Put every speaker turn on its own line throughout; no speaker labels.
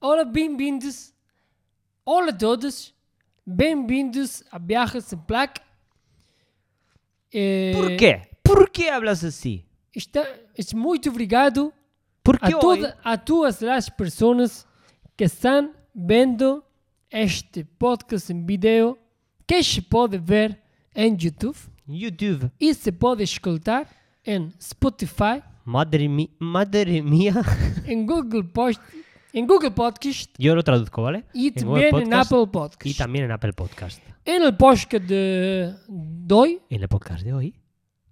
Ora, bem-vindos. Olá a todos. Bem-vindos a Viajes sem Placa. Eh,
Por quê? Por que hablas assim?
Está, es muito obrigado a,
Porque hoje
toda, a todas as pessoas que estão vendo este podcast em vídeo que se pode ver em YouTube
YouTube,
e se pode escutar em Spotify,
madre, mi- madre mía,
em Google, Post, em Google Podcast
yo lo traduzco, ¿vale?
e
En
também
Google
em
Podcast
Apple
Y
Podcast.
también en Apple Podcast.
Em el podcast de, de hoje,
En el podcast de hoy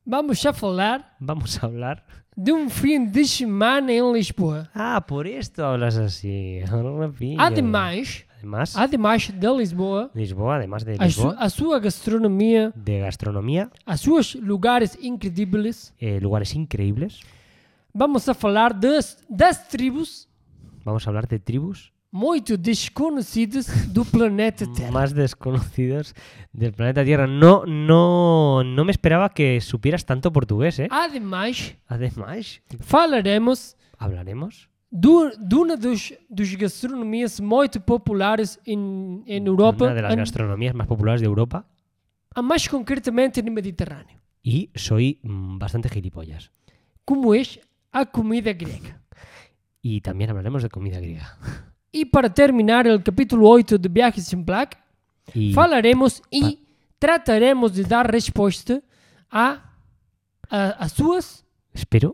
vamos a falar
vamos a hablar...
de um fim de semana em Lisboa.
Ah, por esto hablas así. ahora me pillo.
Ademais,
Además,
ademais de Lisboa,
Lisboa, además de
a, su-
Lisboa,
a sua gastronomia,
de gastronomía,
as suas lugares incríveis,
eh, lugares increíbles.
vamos a falar das, das tribos
Vamos a hablar de tribus
muito desconhecidas do planeta Terra.
más desconocidas del planeta Tierra. No, no, no me esperaba que supieras tanto portugués,
Ah.
¿eh?
Ademais,
Además,
falaremos
hablaremos
do- de uma dos, dos gastronomias muito populares em, em Europa,
una de las
an-
gastronomías más populares de Europa
a mais concretamente no Mediterrâneo,
y soy mm, bastante gilipollas.
como é a comida grega.
Y también hablaremos de comida griega.
E para terminar o capítulo 8 de Viajes em Black,
Y
falaremos e trataremos de dar resposta a, a, a suas
espero,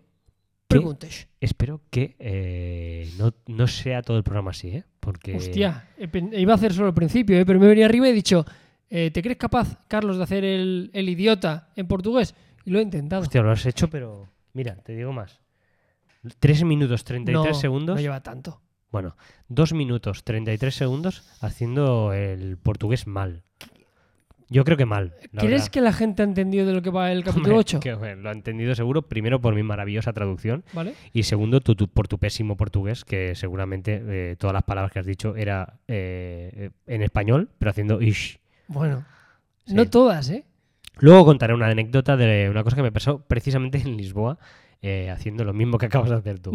¿Qué?
perguntas.
espero que eh, no, no sea todo el programa así, ¿eh? Porque...
Hostia, he pen- iba a hacer solo al principio, eh, pero me venía arriba y he dicho, eh, ¿te crees capaz, Carlos, de hacer el, el idiota en portugués? Y lo he intentado.
Hostia, lo has hecho, pero mira, te digo más. 3 minutos 33
No,
segundos.
No lleva tanto.
Bueno, 2 minutos 33 segundos haciendo el portugués mal. Yo creo que mal. la
¿Crees
verdad.
que la gente ha entendido de lo que va el capítulo
Hombre,
8?
que, hombre, lo ha entendido seguro, primero por mi maravillosa traducción
¿Vale?
y segundo tu- tu- por tu pésimo portugués, que seguramente eh, todas las palabras que has dicho era eh, eh, en español, pero haciendo ish.
Bueno,
Sí.
no todas, ¿eh?
Luego contaré una anécdota de una cosa que me pasó precisamente en Lisboa, eh, haciendo lo mismo que acabas de hacer tú.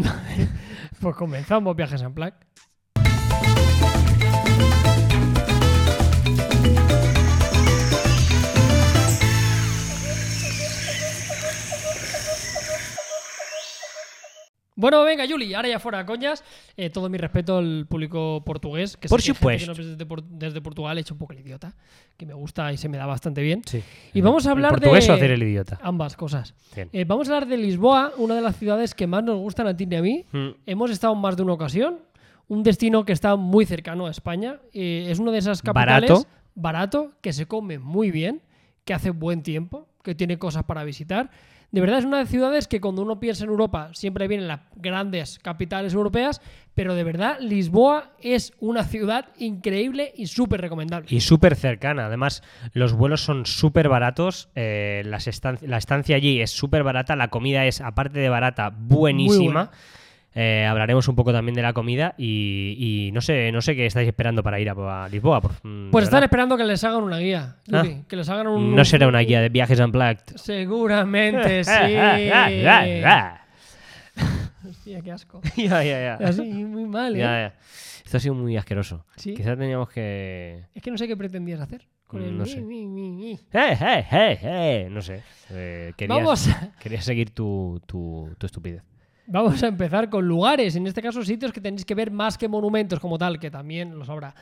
Pues comenzamos Viajes en Black. Bueno, venga, Juli, ahora ya fuera coñas. Eh, todo mi respeto al público portugués. Que sé
Por
que hay gente que
supuesto.
no es desde, Por- desde Portugal he hecho un poco el idiota, que me gusta y se me da bastante bien.
Sí.
Y vamos a
¿El
hablar
portugués
de
o hacer el idiota?
ambas cosas.
Bien.
Eh, vamos a hablar de Lisboa, una de las ciudades que más nos gustan a ti y a mí.
Mm.
Hemos estado en más de una ocasión. Un destino que está muy cercano a España. Eh, es una de esas capitales
Barato.
barato, que se come muy bien, que hace buen tiempo, que tiene cosas para visitar. De verdad es una de las ciudades que cuando uno piensa en Europa siempre vienen las grandes capitales europeas, pero de verdad Lisboa es una ciudad increíble y súper recomendable.
Y súper cercana. Además, los vuelos son súper baratos. eh, las estan- la estancia allí es súper barata. La comida es, aparte de barata,
Muy
buenísima.
buena.
Eh, hablaremos un poco también de la comida. Y, y no sé no sé qué estáis esperando para ir a, a Lisboa. por- mm,
Pues
de
están
verdad. Ah.
esperando que les hagan una guía, Yuri, que les hagan un,
No será una guía Ah, de viajes unplugged.
Seguramente sí.
ya,
Hostia, qué asco.
ya, ya.
Así, muy mal, ¿eh?
Ya, ya. Esto ha sido muy asqueroso.
Sí.
Quizás teníamos que.
Es que no sé qué pretendías hacer. Con
Mm,
el
no
mi,
sé.
mi, mi, mi.
¡Eh, eh, eh, eh! No sé. Eh, querías-
Vamos, a-
Quería seguir tu, tu, tu estupidez.
vamos a empezar con lugares, en este caso sitios que tenéis que ver más que monumentos como tal, que también los habrá.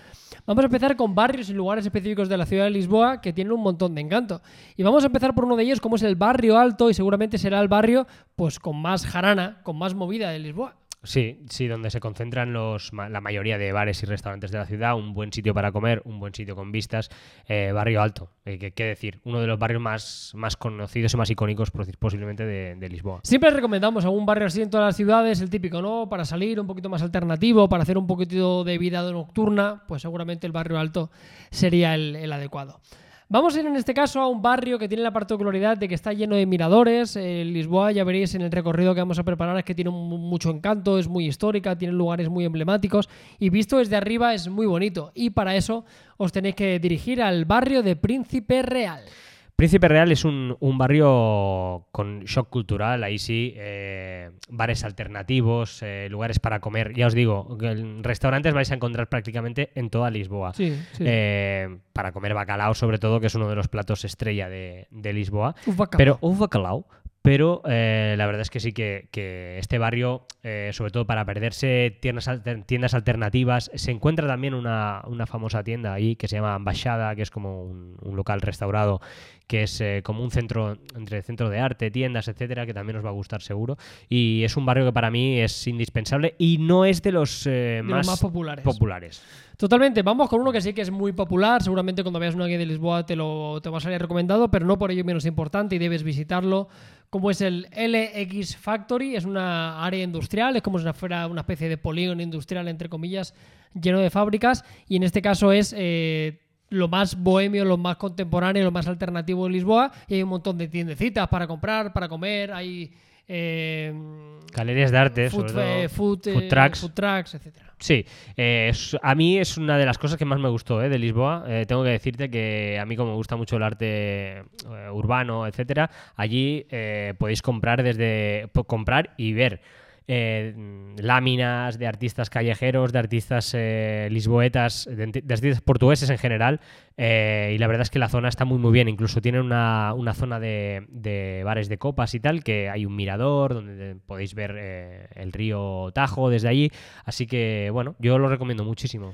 Vamos a empezar con barrios y lugares específicos de la ciudad de Lisboa que tienen un montón de encanto. Y vamos a empezar por uno de ellos, como es el barrio alto, y seguramente será el barrio pues con más jarana, con más movida de Lisboa.
Sí, sí, donde se concentran los, ma- la mayoría de bares y restaurantes de la ciudad, un buen sitio para comer, un buen sitio con vistas, eh, barrio alto, eh, que- qué decir, uno de los barrios más, más conocidos y más icónicos posi- posiblemente de, de Lisboa.
Siempre recomendamos algún barrio así en todas las ciudades, el típico, ¿no? Para salir un poquito más alternativo, para hacer un poquito de vida nocturna, pues seguramente el barrio alto sería el, el adecuado. Vamos a ir en este caso a un barrio que tiene la particularidad de que está lleno de miradores. Eh, Lisboa, ya veréis en el recorrido que vamos a preparar, es que tiene mu- mucho encanto, es muy histórica, tiene lugares muy emblemáticos y visto desde arriba es muy bonito. Y para eso os tenéis que dirigir al barrio de Príncipe Real.
Príncipe Real es un, un barrio con shock cultural, ahí sí, eh, bares alternativos, eh, lugares para comer, ya os digo, el- restaurantes vais a encontrar prácticamente en toda Lisboa.
Sí, sí.
Eh, para comer bacalao, sobre todo, que es uno de los platos estrella de, de Lisboa.
Uf, vaca.
Pero, un bacalao. Pero eh, la verdad es que sí que, que este barrio, eh, sobre todo para perderse tiendas, alter- tiendas alternativas, se encuentra también una, una famosa tienda ahí que se llama Ambaixada, que es como un, un local restaurado, que es eh, como un centro entre centro de arte, tiendas, etcétera, que también os va a gustar seguro. Y es un barrio que para mí es indispensable y no es de los, eh,
de los
más,
más populares.
populares.
Totalmente, vamos con uno que sí que es muy popular, seguramente cuando veas una guía de Lisboa te lo te va a salir recomendado, pero no por ello menos importante y debes visitarlo, como es el LX Factory, es una área industrial, es como si fuera una especie de polígono industrial, entre comillas, lleno de fábricas, y en este caso es... eh, lo más bohemio, lo más contemporáneo, lo más alternativo de Lisboa, y hay un montón de tiendecitas para comprar, para comer, hay eh,
Galerías de arte,
food,
sobre todo.
eh, food, eh,
food trucks.
food trucks, etcétera.
Sí, eh, es- a mí es una de las cosas que más me gustó eh, de Lisboa. Eh, tengo que decirte que a mí como me gusta mucho el arte eh, urbano, etcétera, allí eh, podéis comprar desde po- comprar y ver eh, mm, láminas de artistas callejeros, de artistas eh, lisboetas, de, anti- de artistas portugueses en general. eh, y la verdad es que la zona está muy muy bien. Incluso tienen una, una zona de, de bares de copas y tal, que hay un mirador donde podéis ver eh, el río Tajo desde allí. Así que, bueno, yo lo recomiendo muchísimo.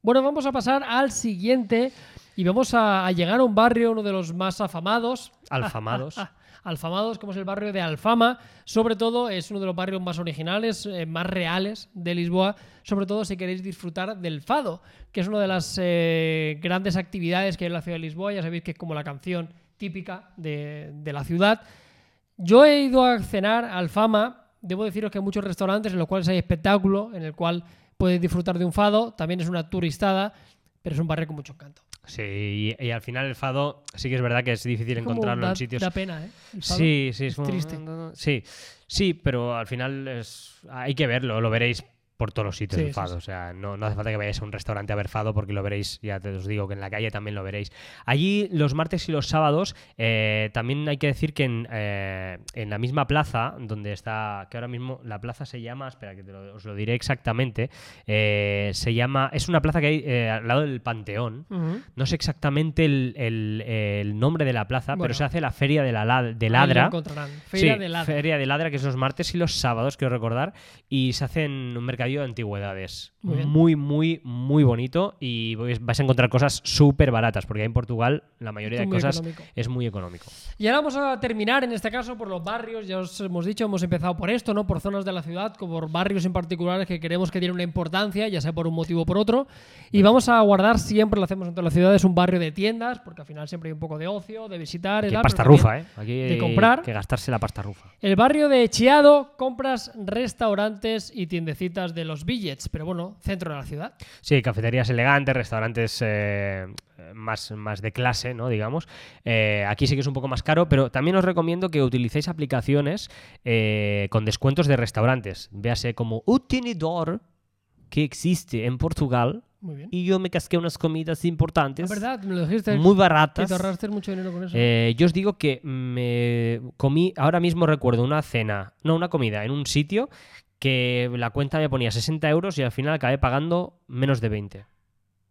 Bueno, vamos a pasar al siguiente y vamos a, a llegar a un barrio, uno de los más afamados.
Alfamados.
Ah, Alfamados, como es el barrio de Alfama, sobre todo es uno de los barrios más originales, eh, más reales de Lisboa, sobre todo si queréis disfrutar del fado, que es una de las eh, grandes actividades que hay en la ciudad de Lisboa, ya sabéis que es como la canción típica de, de la ciudad. Yo he ido a cenar al Fama. Debo deciros que hay muchos restaurantes en los cuales hay espectáculo, en el cual puedes disfrutar de un fado. También es una turistada, pero es un barrio con mucho encanto.
Sí, y, y al final el fado sí que es verdad que es difícil
Es como
encontrarlo
da-
en sitios.
Da pena, ¿eh? El fado.
Sí, sí, es,
Es
como-
triste.
Sí, sí, pero al final es... hay que verlo, lo veréis por todos los sitios
Sí,
el
sí,
fado.
sí.
O sea, no, no hace falta que vayáis a un restaurante a ver fado porque lo veréis, ya te os digo que en la calle también lo veréis. Allí los martes y los sábados eh, también hay que decir que en, eh, en la misma plaza donde está, que ahora mismo la plaza se llama, espera que te lo- os lo diré exactamente, eh, se llama, es una plaza que hay eh, al lado del Panteón.
Ujú.
No sé exactamente el, el- el nombre de la plaza,
Bueno.
pero se hace la Feria de, la, la- de
Ahí lo
Ladra.
encontrarán. Feria
Sí,
de Ladra.
Feria de Ladra, que es los martes y los sábados, quiero recordar. Y se hace en un mercadillo de antigüedades.
Muy bien.
muy, muy, muy bonito. Y vais- vais a encontrar cosas súper baratas, porque ahí en Portugal la mayoría
Esto
de
es muy
cosas
económico.
es muy económico.
Y ahora vamos a terminar en este caso por los barrios, ya os hemos dicho, hemos empezado por esto, ¿no? Por zonas de la ciudad, como por barrios en particulares que queremos que tienen una importancia, ya sea por un motivo o por otro. Y vamos a guardar siempre, lo hacemos en todas las ciudades, un barrio de tiendas, porque al final siempre hay un poco de ocio, de visitar, y
Que
tal,
pasta
pero también-
rufa, ¿eh? Aquí
de
hay
comprar.
que gastarse la pasta rufa.
El barrio de Chiado, compras, restaurantes y tiendecitas de los billets, pero bueno, centro de la ciudad.
Sí, cafeterías elegantes, restaurantes eh, más, más de clase, ¿no? Digamos. Eh, aquí sí que es un poco más caro, pero también os recomiendo que utilicéis aplicaciones eh, con descuentos de restaurantes. Véase como Utinidor, que existe en Portugal,
Muy bien.
y yo me casqué unas comidas
Es
importantes,
verdad, me lo dijiste.
muy
que
baratas.
te ahorraste mucho dinero con eso.
Eh, yo os digo que me comí, ahora mismo recuerdo una cena, no, una comida en un sitio que la cuenta me ponía 60 euros y al final acabé pagando menos de 20.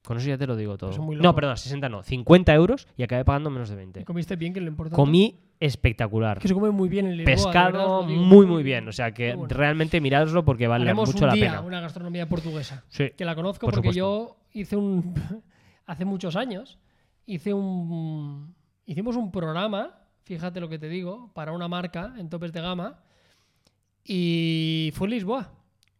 Con eso ya te lo digo todo.
Eso es muy loco.
No, perdón, 60 no, 50 euros y acabé pagando menos de 20.
Y Comiste bien, que es lo importante.
Comí espectacular.
Que se come muy bien en Lisboa. de verdad,
Pescado
os lo digo.
muy, muy bien. O sea que
Muy bueno.
realmente miradoslo porque vale
Haremos
mucho
un
la
día
pena.
una gastronomía portuguesa.
Sí.
Que la conozco
Por
porque
supuesto.
yo hice un. hace muchos años, hice un. Hicimos un programa, fíjate lo que te digo, para una marca en topes de gama. Y fue en Lisboa.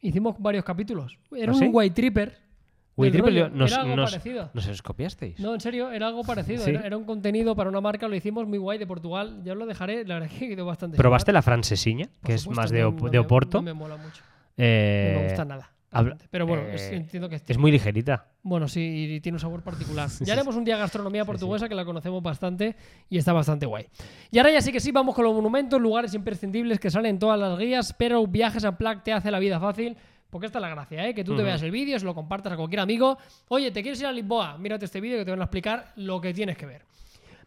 Hicimos varios capítulos. Era
¿Ah, sí?
un white tripper.
Güey,
del
triple,
rollo.
nos,
Era algo
nos-
parecido.
nos os copiasteis.
No, en serio, era algo parecido.
Sí.
Era, era un contenido para una marca, lo hicimos muy guay de Portugal. Ya os lo dejaré, la verdad es que quedó bastante.
¿Probaste la francesiña? Que
Por
es
supuesto,
más de,
no-
Op-
no
de
me-
Oporto.
No me mola mucho.
Eh,
no me gusta nada.
habla-
Pero bueno,
eh,
es- entiendo que
Es muy ligerita.
Bueno, sí, y tiene un sabor particular.
sí,
Ya haremos un día gastronomía portuguesa que la conocemos bastante y está bastante guay. Y ahora ya sí que sí, vamos con los monumentos, lugares imprescindibles que salen en todas las guías, pero Viajes a Plague te hace la vida fácil. Porque esta es la gracia, ¿eh? que tú te
Ujú.
veas el vídeo, se lo compartas a cualquier amigo. Oye, ¿te quieres ir a Lisboa? Mírate este vídeo que te van a explicar lo que tienes que ver.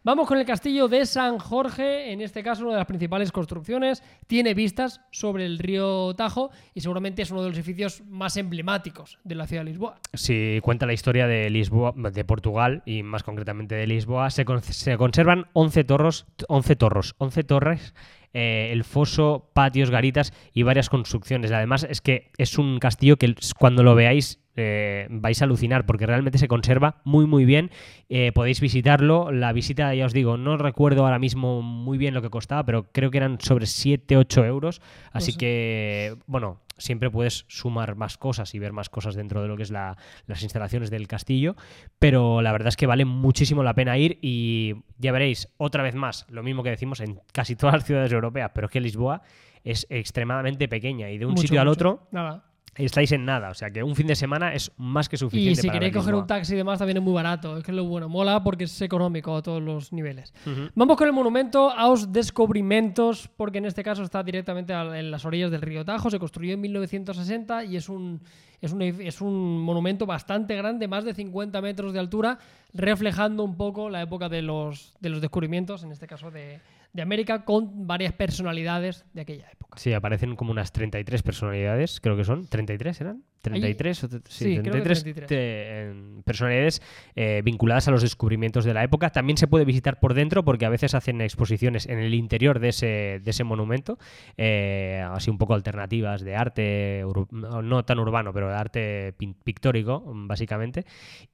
Vamos con el castillo de San Jorge, en este caso una de las principales construcciones. Tiene vistas sobre el río Tajo y seguramente es uno de los edificios más emblemáticos de la ciudad de Lisboa.
Si cuenta la historia de Lisboa, de Portugal y más concretamente de Lisboa, se, con- se conservan 11 torros, 11 torros, 11 torres, eh, el foso, patios, garitas y varias construcciones. Además es que es un castillo que s- cuando lo veáis eh, vais a alucinar porque realmente se conserva muy muy bien. Eh, podéis visitarlo. La visita, ya os digo, no recuerdo ahora mismo muy bien lo que costaba, pero creo que eran sobre 7-8 euros. Así
Pues-
que, bueno, siempre puedes sumar más cosas y ver más cosas dentro de lo que es la- las instalaciones del castillo. Pero la verdad es que vale muchísimo la pena ir y ya veréis otra vez más lo mismo que decimos en casi todas las ciudades europeas, pero es que Lisboa es extremadamente pequeña y de un
Mucho,
sitio al
mucho.
otro
Nada.
estáis en nada. O sea que un fin de semana es más que suficiente.
Y si
para ver
queréis coger
Lisboa.
un taxi y demás, también es muy barato. Es que es lo bueno. Mola porque es económico a todos los niveles.
Ujú.
Vamos con el monumento a los descubrimientos, porque en este caso está directamente al- en las orillas del río Tajo. Se construyó en 1960 y es un, es un, edif- es un monumento bastante grande, más de 50 metros de altura, reflejando un poco la época de los, de los descubrimientos, en este caso de, de América, con varias personalidades de aquella época.
Sí, aparecen como unas 33 personalidades, creo que son. ¿33 eran? ¿33? o tre-
sí, creo que 33.
33 te- en- personalidades eh, vinculadas a los descubrimientos de la época. También se puede visitar por dentro porque a veces hacen exposiciones en el interior de ese, de ese monumento, eh, así un poco alternativas de arte, ur- no no tan urbano, pero de arte pin- pictórico, básicamente.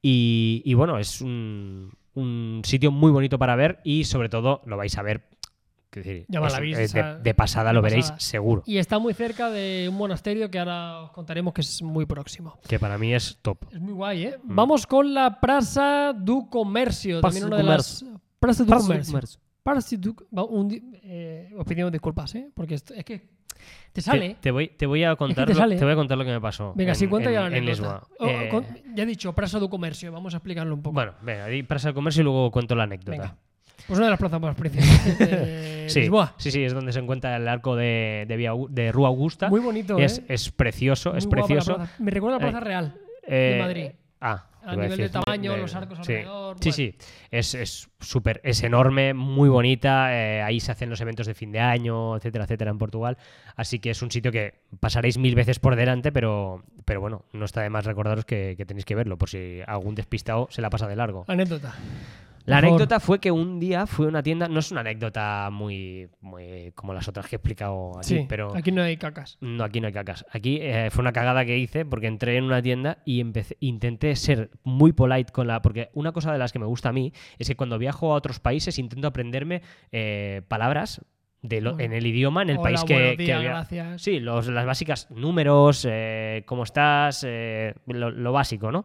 Y, y bueno, es un, un sitio muy bonito para ver y sobre todo lo vais a ver. quiero decir,
Llama
es
la
un-
vista,
eh, de, de pasada
de
lo
pasada.
veréis seguro.
Y está muy cerca de un monasterio que ahora os contaremos que es muy próximo.
Que para mí es top.
Es muy guay, ¿eh?
Mm.
Vamos con la Praça do Comércio.
Praça
También
do
una de las...
Praça
Praça do
do
Comércio.
Comércio.
Praça do... Va, un di- eh, os pedimos disculpas, ¿eh? Porque esto- es que te sale.
Te, te voy, te voy a contar
te
lo,
sale.
te voy a contar lo que me pasó.
Venga,
en,
sí, cuenta
en-
ya la
en
anécdota.
Lisboa.
O- o
Eh,
con- Ya he dicho, Praça do Comercio. Vamos a explicarlo un poco.
Bueno, venga, di Plaza del Comercio y luego cuento la anécdota.
Venga. Pues una de las plazas más principales de
Sí,
Lisboa.
sí, sí, es donde se encuentra el arco de, de, Vía Au- de Rua Augusta.
Muy bonito,
es,
¿eh?
es precioso, es
Muy guapa la
precioso.
plaza. Me recuerda a la Plaza Real.
Eh,
Madrid.
Ah,
A
te iba
nivel de
decir,
tamaño, los arcos
sí.
alrededor,
Sí,
bueno.
sí. Es es súper, es, enorme, muy bonita. eh, ahí se hacen los eventos de fin de año, etcétera, etcétera, en Portugal. Así que es un sitio que pasaréis mil veces por delante, pero, pero bueno, no está de más recordaros que, que tenéis que verlo, por si algún despistado se la pasa de largo.
Anécdota.
La
Por favor.
anécdota fue que un día fui a una tienda, no es una anécdota muy, muy como las otras que he explicado aquí,
Sí,
Ah, pero
aquí no hay cacas.
no, aquí no hay cacas. Aquí eh, fue una cagada que hice porque entré en una tienda y empecé, intenté ser muy polite con la... Porque una cosa de las que me gusta a mí es que cuando viajo a otros países intento aprenderme eh, palabras de lo-
Bueno.
en el idioma, en el
Hola,
país que...
buenos
que
días,
via-
gracias.
Sí, los- las básicas números, eh, cómo estás, eh, lo, lo básico, ¿no?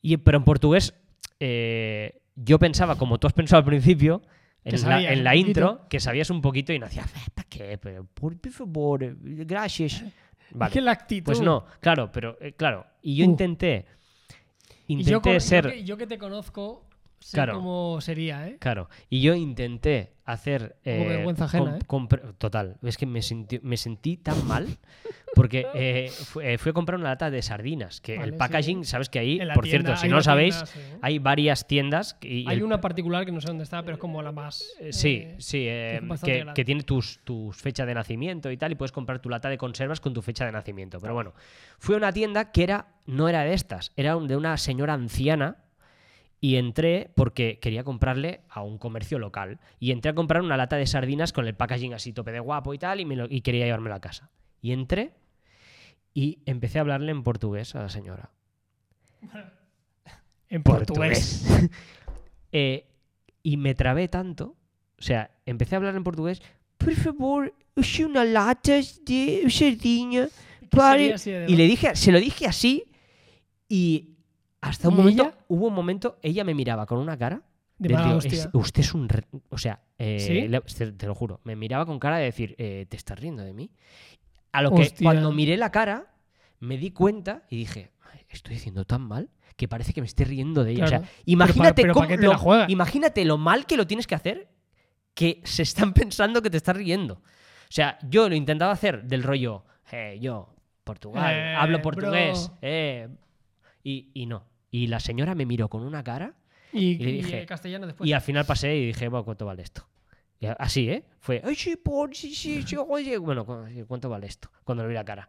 Y, pero en portugués eh, yo pensaba, como tú has pensado al principio,
Que
en la,
sabías
en
un
la
poquito.
intro, que sabías un poquito y no hacía, ¿para qué? Pero, por favor, eh, gracias. Vale.
Es que la actitud...
Pues no, claro, pero eh, claro. Y yo
Uh.
intenté,
Y yo
intenté
con- yo
ser,
que- Yo que, te conozco, sé
Claro.
cómo sería, ¿eh?
claro, y yo intenté hacer...
Como
eh,
vergüenza ajena, ¿eh?
compre- Total, es que me sentí, me sentí tan mal porque eh, fu- eh, fui a comprar una lata de sardinas, que
Vale,
el
sí.
packaging, sabes que ahí,
En la
por
tienda,
cierto, si
hay
no
una
lo sabéis,
tienda, sí, ¿eh?
hay varias tiendas y y
Hay
el
una particular que no sé dónde está, pero es como la más.
Eh, Sí,
eh,
sí, eh,
es bastante
que,
grande.
que tiene tus, tus fecha de nacimiento y tal, y puedes comprar tu lata de conservas con tu fecha de nacimiento. Pero bueno, fui a una tienda que era, no era de estas, era un- de una señora anciana y entré porque quería comprarle a un comercio local. Y entré a comprar una lata de sardinas con el packaging así tope de guapo y tal, y, me lo- y quería llevármelo a casa. Y entré y empecé a hablarle en portugués a la señora
En portugués.
portugués. Eh, y me trabé tanto. O sea, empecé a hablar en portugués. Por favor, es una lata de sardina. para-".
Sería así de
Y le dije, se lo dije así. Y hasta un
¿Y
momento,
ella?
hubo un momento, ella me miraba con una cara.
de
del
mala
tío,
hostia.
"Es- usted es un. re-". O sea, eh,
¿Sí?
le- te, te lo juro. Me miraba con cara de decir, eh, ¿te estás riendo de mí? A lo que
Hostia.
cuando miré la cara, me di cuenta y dije, "Ay, estoy diciendo tan mal que parece que me estoy riendo de ella. O
Claro.
sea, imagínate,
pero ¿pa'
cómo
qué te
lo,
la juegas?
imagínate lo mal que lo tienes que hacer que se están pensando que te estás riendo. O sea, yo lo intentaba hacer del rollo, "Eh, yo, Portugal,
Eh,
hablo
bro.
portugués, eh, y, y no. Y la señora me miró con una cara
Y,
Y le dije-
eh, castellano después.
Y al final pasé y dije, bueno, ¿cuánto vale esto? Y a- así, ¿eh? Fue, "Ay, sí, por, sí, sí, sí, oye". Bueno, cu- ¿cuánto vale esto? Cuando le vi la cara.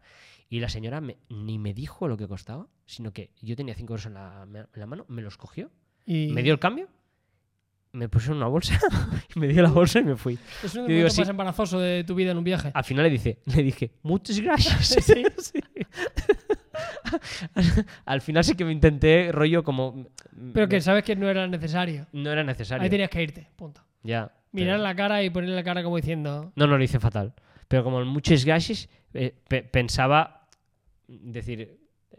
Y la señora me- ni me dijo lo que costaba, sino que yo tenía cinco euros en la, en la mano, me los cogió,
Y
me dio el cambio, me puso en una bolsa, y me dio la bolsa y me fui.
Es uno
yo
de los
digo,
momentos
sí. Ah,
más embarazoso de tu vida en un viaje.
Al final le, dice, le dije, muchas gracias.
Sí.
Al final sí que me intenté, rollo como...
Pero
me-
que sabes que no era necesario.
No era necesario.
Ahí tenías que irte, punto.
Ya.
Mirar
pero-
la cara y ponerle la cara como diciendo.
No, no lo hice fatal. Pero como en muchos gases, eh, pe- pensaba decir,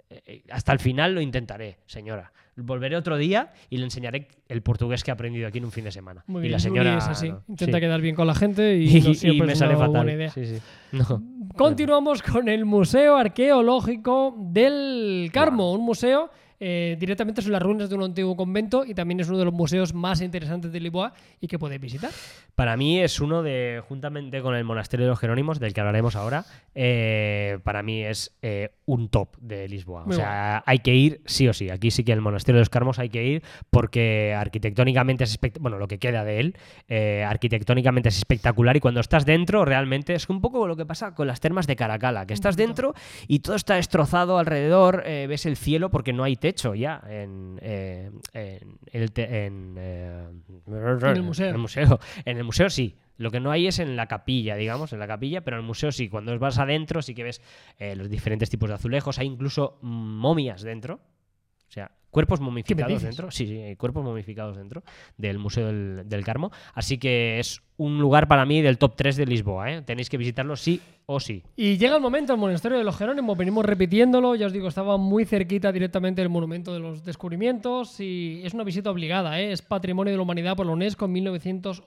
eh, eh, hasta el final lo intentaré, señora. Volveré otro día y le enseñaré el portugués que he aprendido aquí en un fin de semana.
Muy
y
bien,
la
Yuri
señora
es así.
no.
Intenta
Sí.
quedar bien con la gente y,
Y-
no
y
siempre
me
es
sale
una
fatal.
buena idea.
Sí, sí. No.
Continuamos con el Museo Arqueológico del Carmo, un museo eh, directamente son las ruinas de un antiguo convento y también es uno de los museos más interesantes de Lisboa y que podéis visitar.
Para mí es uno de, juntamente con el Monasterio de los Jerónimos, del que hablaremos ahora, eh, para mí es eh, un top de Lisboa.
Muy
o sea, hay que ir sí o sí. Aquí sí que el Monasterio de los Carmos hay que ir porque arquitectónicamente es espectacular, bueno, lo que queda de él, eh, arquitectónicamente es espectacular y cuando estás dentro realmente es un poco lo que pasa con las termas de Caracala, que estás
poquito.
dentro y todo está destrozado alrededor, eh, ves el cielo porque no hay techo ya en, eh, en el te- en, eh,
En el museo.
en el museo. En el museo sí. Lo que no hay es en la capilla, digamos, en la capilla, pero en el museo sí. Cuando vas adentro sí que ves eh, los diferentes tipos de azulejos. Hay incluso momias dentro. O sea, cuerpos momificados
dices?
dentro. Sí, sí, hay cuerpos momificados dentro del Museo del, del Carmo. Así que es un lugar para mí del top 3 de Lisboa. ¿eh? Tenéis que visitarlo sí o sí.
Y llega el momento, el monasterio de los Jerónimos, venimos repitiéndolo, ya os digo, estaba muy cerquita directamente del monumento de los descubrimientos y es una visita obligada, ¿eh? es Patrimonio de la Humanidad por la UNESCO en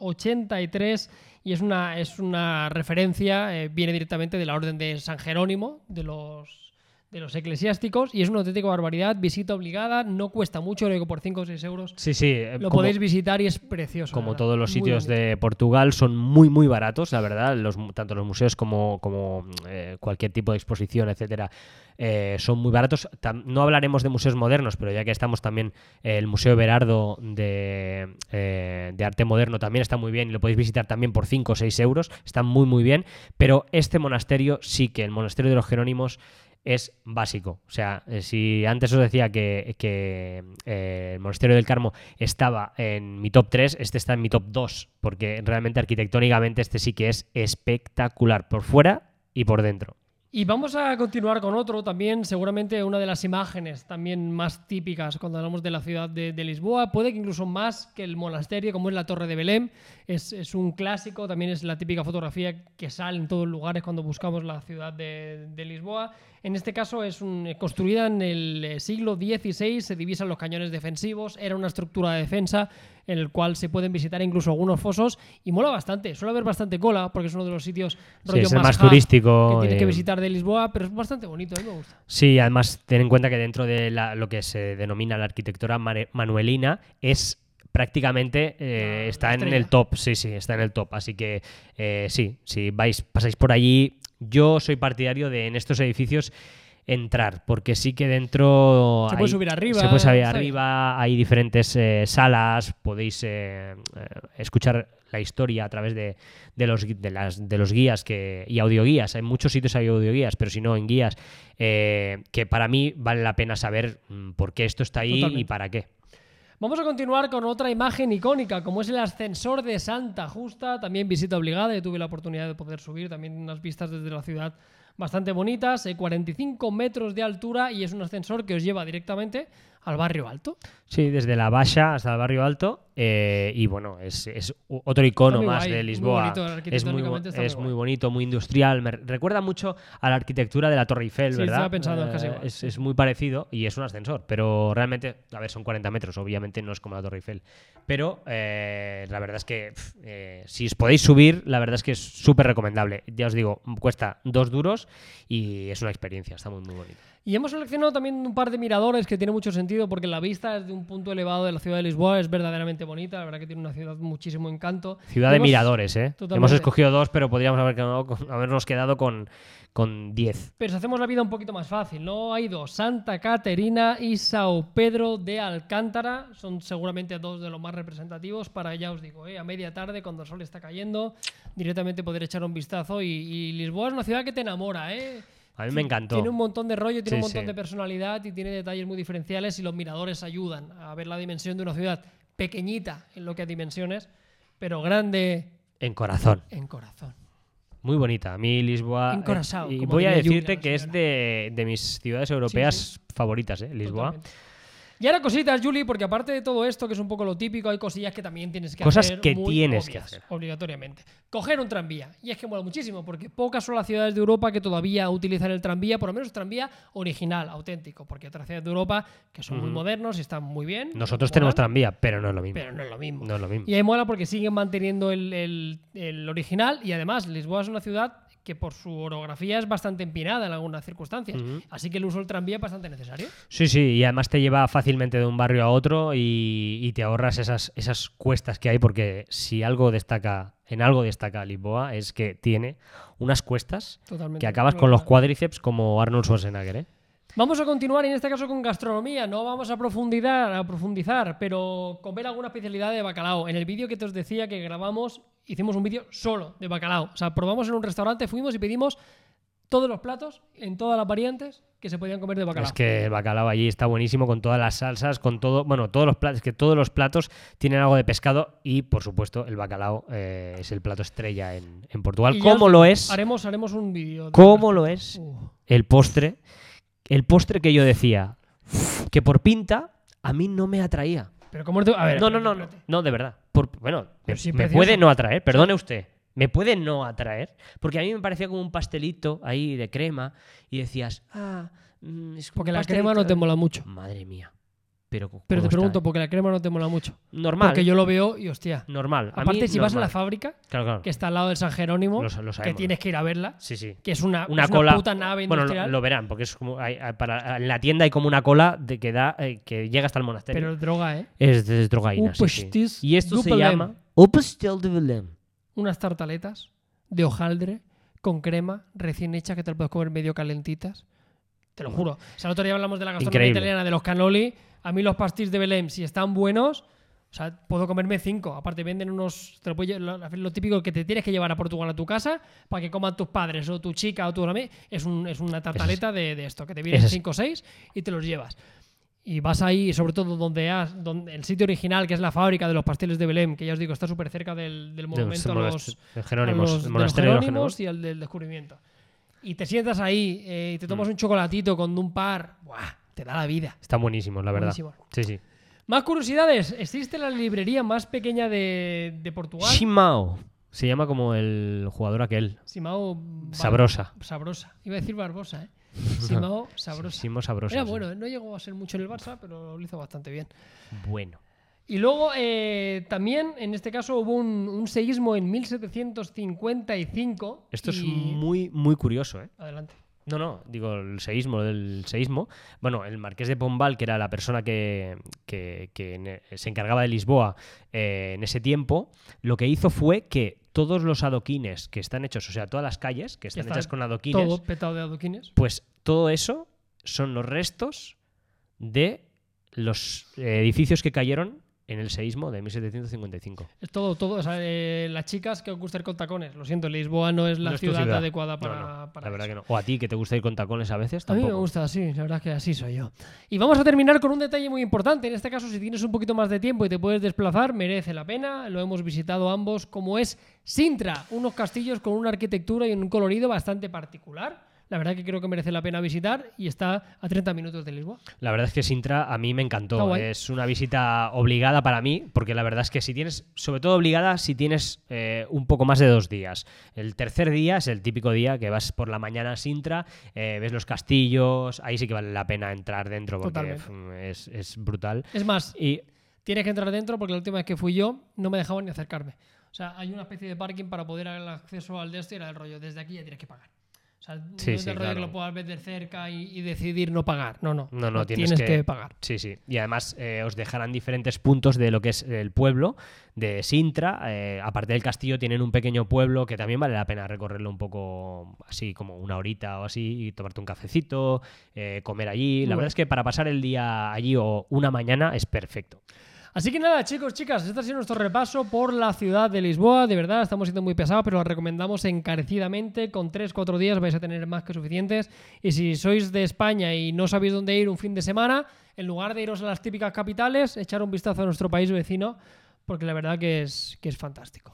1983 y es una, es una referencia, eh, viene directamente de la Orden de San Jerónimo, de los de los eclesiásticos y es una auténtica barbaridad, visita obligada, no cuesta mucho, creo que por 5 o 6 euros
Sí, sí. eh,
lo
como-
podéis visitar y es precioso. la
como
verdad,
todos los
eh, muy
sitios
bonito.
de Portugal, son muy, muy baratos, la verdad. Los, mu- tanto los museos como, como eh, cualquier tipo de exposición, etcétera, eh, son muy baratos. Tam- no hablaremos de museos modernos, pero ya que estamos también, eh, el Museo Berardo de, eh, de Arte Moderno también está muy bien y lo podéis visitar también por 5 o 6 euros. Está muy, muy bien. Pero este monasterio sí que, el Monasterio de los Jerónimos, es básico. O sea, eh, si antes os decía que, que, eh, el Monasterio del Carmo estaba en mi top 3, este está en mi top 2, porque realmente arquitectónicamente este sí que es espectacular, por fuera y por dentro.
Y vamos a continuar con otro también, seguramente una de las imágenes también más típicas cuando hablamos de la ciudad de, de Lisboa, puede que incluso más que el monasterio, como es la Torre de Belém, es, es un clásico, también es la típica fotografía que sale en todos los lugares cuando buscamos la ciudad de, de Lisboa. En este caso es un- eh, construida en el eh, siglo XVI, se divisan los cañones defensivos, era una estructura de defensa en el cual se pueden visitar incluso algunos fosos y mola bastante, suele haber bastante cola porque es uno de los sitios rollo
es el más
hub,
turístico,
que tienes que
eh,
visitar de Lisboa, pero es bastante bonito, a mí me gusta.
Sí, además ten en cuenta que dentro de la- lo que se denomina la arquitectura mare- manuelina es prácticamente eh,
Ah, La-
está
la
en el
estrella.
top, sí, sí, está en el top. Así que eh, sí, si vais, pasáis por allí, yo soy partidario de en estos edificios entrar, porque sí que dentro...
Se puede subir arriba,
Se puede subir
está bien.
arriba, hay diferentes eh, salas, podéis eh, eh, escuchar la historia a través de, de los, gui- de, las, de los guías que, y audioguías. En muchos sitios hay audioguías, pero si no, en guías, eh, que para mí vale la pena saber mm, por qué esto está ahí y
Totalmente.
para qué.
Vamos a continuar con otra imagen icónica, como es el ascensor de Santa Justa, también visita obligada, yo tuve la oportunidad de poder subir, también unas vistas desde la ciudad bastante bonitas, eh, 45 metros de altura y es un ascensor que os lleva directamente al barrio alto.
Sí, desde la Baixa hasta el Barrio Alto. eh, y bueno, es, es u- otro
Está
icono
muy
más
guay,
de
muy
Lisboa.
bonito,
es muy, bo-
arquitectónicamente está muy
es muy
guay.
bonito, muy industrial. Me re- recuerda mucho a la arquitectura de la Torre Eiffel,
Sí,
¿verdad?
estaba pensando, es casi
Eh,
igual,
es,
sí,
es muy parecido y es un ascensor, pero realmente, a ver, son 40 metros, obviamente no es como la Torre Eiffel. Pero eh, la verdad es que pf, eh, si os podéis subir, la verdad es que es súper recomendable. Ya os digo, cuesta dos duros y es una experiencia, está muy, muy bonito.
Y hemos seleccionado también un par de miradores que tiene mucho sentido porque la vista desde un punto elevado de la ciudad de Lisboa es verdaderamente bonita, la verdad que tiene una ciudad muchísimo encanto.
Ciudad de
Hemos-
miradores, ¿eh?
Totalmente.
Hemos escogido dos, pero podríamos haber quedado con- habernos quedado con, con diez.
Pero si hacemos la vida un poquito más fácil, ¿no? Hay dos, Santa Caterina y Sao Pedro de Alcántara. Son seguramente dos de los más representativos para, ya os digo, ¿eh? a media tarde, cuando el sol está cayendo, directamente poder echar un vistazo. Y, y Lisboa es una ciudad que te enamora, ¿eh?
A mí me encantó.
Tiene un montón de rollo, tiene un
Sí,
montón
sí.
de personalidad y tiene detalles muy diferenciales y los miradores ayudan a ver la dimensión de una ciudad pequeñita en lo que a dimensiones, pero grande
En corazón.
en corazón.
Muy bonita. A mí Lisboa...
Encorazado,
eh, y
como
voy a
diría Julia,
decirte
la
que es
señora.
de, de mis ciudades europeas favoritas, ¿eh? Lisboa.
Totalmente. Y ahora cositas, Juli, porque aparte de todo esto, que es un poco lo típico, hay cosillas que también tienes que
Cosas
hacer.
que
muy
tienes que
obvias,
hacer.
Obligatoriamente. Coger un tranvía. Y es que mola muchísimo, porque pocas son las ciudades de Europa que todavía utilizan el tranvía, por lo menos tranvía original, auténtico. Porque otras ciudades de Europa que son muy
Ujú.
modernos y están muy bien.
Nosotros
molan,
tenemos tranvía, pero no es lo mismo.
Pero no es lo mismo.
No es lo mismo.
Y ahí mola porque siguen manteniendo el, el- el original y además Lisboa es una ciudad que por su orografía es bastante empinada en algunas circunstancias.
Ujú.
Así que el uso del tranvía es bastante necesario.
Sí, sí, y además te lleva fácilmente de un barrio a otro y, y te ahorras esas, esas cuestas que hay, porque si algo destaca, en algo destaca Lisboa, es que tiene unas cuestas
Totalmente.
que acabas con los
Totalmente.
cuádriceps como Arnold Schwarzenegger, ¿eh?
Vamos a continuar en este caso con gastronomía, no vamos a profundizar, a profundizar, pero comer alguna especialidad de bacalao. En el vídeo que te os decía que grabamos, hicimos un vídeo solo de bacalao. O sea, probamos en un restaurante, fuimos y pedimos todos los platos en todas las variantes que se podían comer de bacalao.
Es que el bacalao allí está buenísimo con todas las salsas, con todo, bueno, todos los platos, es que todos los platos tienen algo de pescado y, por supuesto, el bacalao eh, es el plato estrella en, en Portugal.
Y ya
¿Cómo
os-
lo es?
haremos haremos un vídeo. de-
¿Cómo lo es?
Uh.
el postre, el postre que yo decía, que por pinta a mí no me atraía.
Pero cómo te- a ver,
No, no, no,
espérate,
no,
espérate.
no, de verdad. Por- bueno, me,
Pero sí,
me
precioso.
puede no atraer, perdone usted, me puede no atraer, porque a mí me parecía como un pastelito ahí de crema y decías, ah, mm, es como
Porque
un
la
pastelito".
crema no te mola mucho.
Madre mía. Pero,
Pero
¿cómo
te
está,
pregunto
eh?
porque la crema no te mola mucho.
normal,
Porque yo lo veo y hostia.
normal. A mí,
Aparte si vas a la
normal.
fábrica
Claro, claro.
que está al lado del San Jerónimo,
Lo sa- lo
que
sabemos.
tienes que ir a verla.
Sí, sí.
que es una,
una
es
cola.
puta nave
bueno,
industrial.
lo, lo verán, porque es como hay- hay para, en la tienda hay como una cola de que da eh, que llega hasta el monasterio.
pero es droga, ¿eh?
es de drogaína,
Un
sí, sí.
pastis
Y esto se
Dublem.
llama O pastel de Belém.
Unas tartaletas de hojaldre con crema recién hecha que te las puedes comer medio calentitas. Te lo juro. O sea, el otro día hablamos de la gastronomía
Increíble.
italiana, de los canoli. A mí los pastis de Belém, si están buenos, o sea, puedo comerme cinco. Aparte venden unos... Te lo, puedes lle- lo, lo típico que te tienes que llevar a Portugal a tu casa para que coman tus padres o tu chica o tu amigo. Es, un- es una tartaleta de, de esto, que te vienen
ese es-
cinco o seis y te los llevas. Y vas ahí, sobre todo donde, has, donde el sitio original, que es la fábrica de los pasteles de Belém, que ya os digo, está súper cerca del, del monumento a los,
de
a
Jerónimos,
los- de los
el monasterio de los
Jerónimos
Jerónimos.
y al del descubrimiento. Y te sientas ahí eh, y te
Mm.
tomas un chocolatito con un par. ¡Buah! Te da la vida.
Están buenísimos, la verdad.
Buenísimos.
Sí, sí.
Más curiosidades. Existe la librería más pequeña de, de Portugal.
Shimao. Se llama como el jugador aquel.
Simao. Bar-
Sabrosa.
Sabrosa. Iba a decir Barbosa, ¿eh? Simao Sabrosa.
Simo Sabrosa.
Era
sí.
bueno, ¿eh? no llegó a ser mucho en el Barça, pero lo hizo bastante bien.
Bueno.
Y luego eh, también, en este caso, hubo un, un seísmo en 1755.
Esto es
y-
muy, muy curioso, ¿eh?
Adelante.
No, no, digo el seísmo, el seísmo. Bueno, el marqués de Pombal, que era la persona que, que- que ne- se encargaba de Lisboa eh, en ese tiempo, lo que hizo fue que todos los adoquines que están hechos, o sea, todas las calles que están
está
hechas con adoquines,
Todo petado de adoquines.
pues todo eso son los restos de los eh, edificios que cayeron en el seísmo de 1755.
Es todo, todo. O sea, eh, las chicas que os gusta ir con tacones. Lo siento, Lisboa no es la
No es tu
ciudad,
ciudad.
adecuada para,
No, no,
para
la verdad
eso.
que no. O a ti, que te gusta ir con tacones a veces,
A mí
tampoco.
me gusta, sí, la verdad que así soy yo. Y vamos a terminar con un detalle muy importante. En este caso, si tienes un poquito más de tiempo y te puedes desplazar, merece la pena. Lo hemos visitado ambos, como es Sintra, unos castillos con una arquitectura y un colorido bastante particular. La verdad que creo que merece la pena visitar y está a 30 minutos de Lisboa.
La verdad es que Sintra a mí me encantó.
Está guay.
Es una visita obligada para mí, porque la verdad es que si tienes, sobre todo obligada si tienes eh, un poco más de dos días. El tercer día es el típico día que vas por la mañana a Sintra, eh, ves los castillos, ahí sí que vale la pena entrar dentro porque
Totalmente.
mm, es, es brutal.
Es más,
Y
tienes que entrar dentro porque la última vez que fui yo no me dejaban ni este acercarme. O sea, hay una especie de parking para poder el acceso al de esto y era el rollo. Desde aquí ya tienes que pagar. O sea, no
Sí,
es
sí,
el rollo que
claro.
lo puedas ver de cerca y, y decidir no pagar. No, no.
No, no,
Lo
tienes
que...
que-
pagar.
Sí, sí. Y además eh, os dejarán diferentes puntos de lo que es el pueblo de Sintra. Eh, aparte del castillo tienen un pequeño pueblo que también vale la pena recorrerlo un poco así como una horita o así y tomarte un cafecito, eh, comer allí. La
Bueno.
verdad es que para pasar el día allí o una mañana es perfecto.
Así que nada, chicos, chicas, este ha sido nuestro repaso por la ciudad de Lisboa. De verdad, estamos siendo muy pesados, pero lo recomendamos encarecidamente. Con 3-4 días vais a tener más que suficientes. Y si sois de España y no sabéis dónde ir un fin de semana, en lugar de iros a las típicas capitales, echar un vistazo a nuestro país vecino, porque la verdad que es, que es fantástico.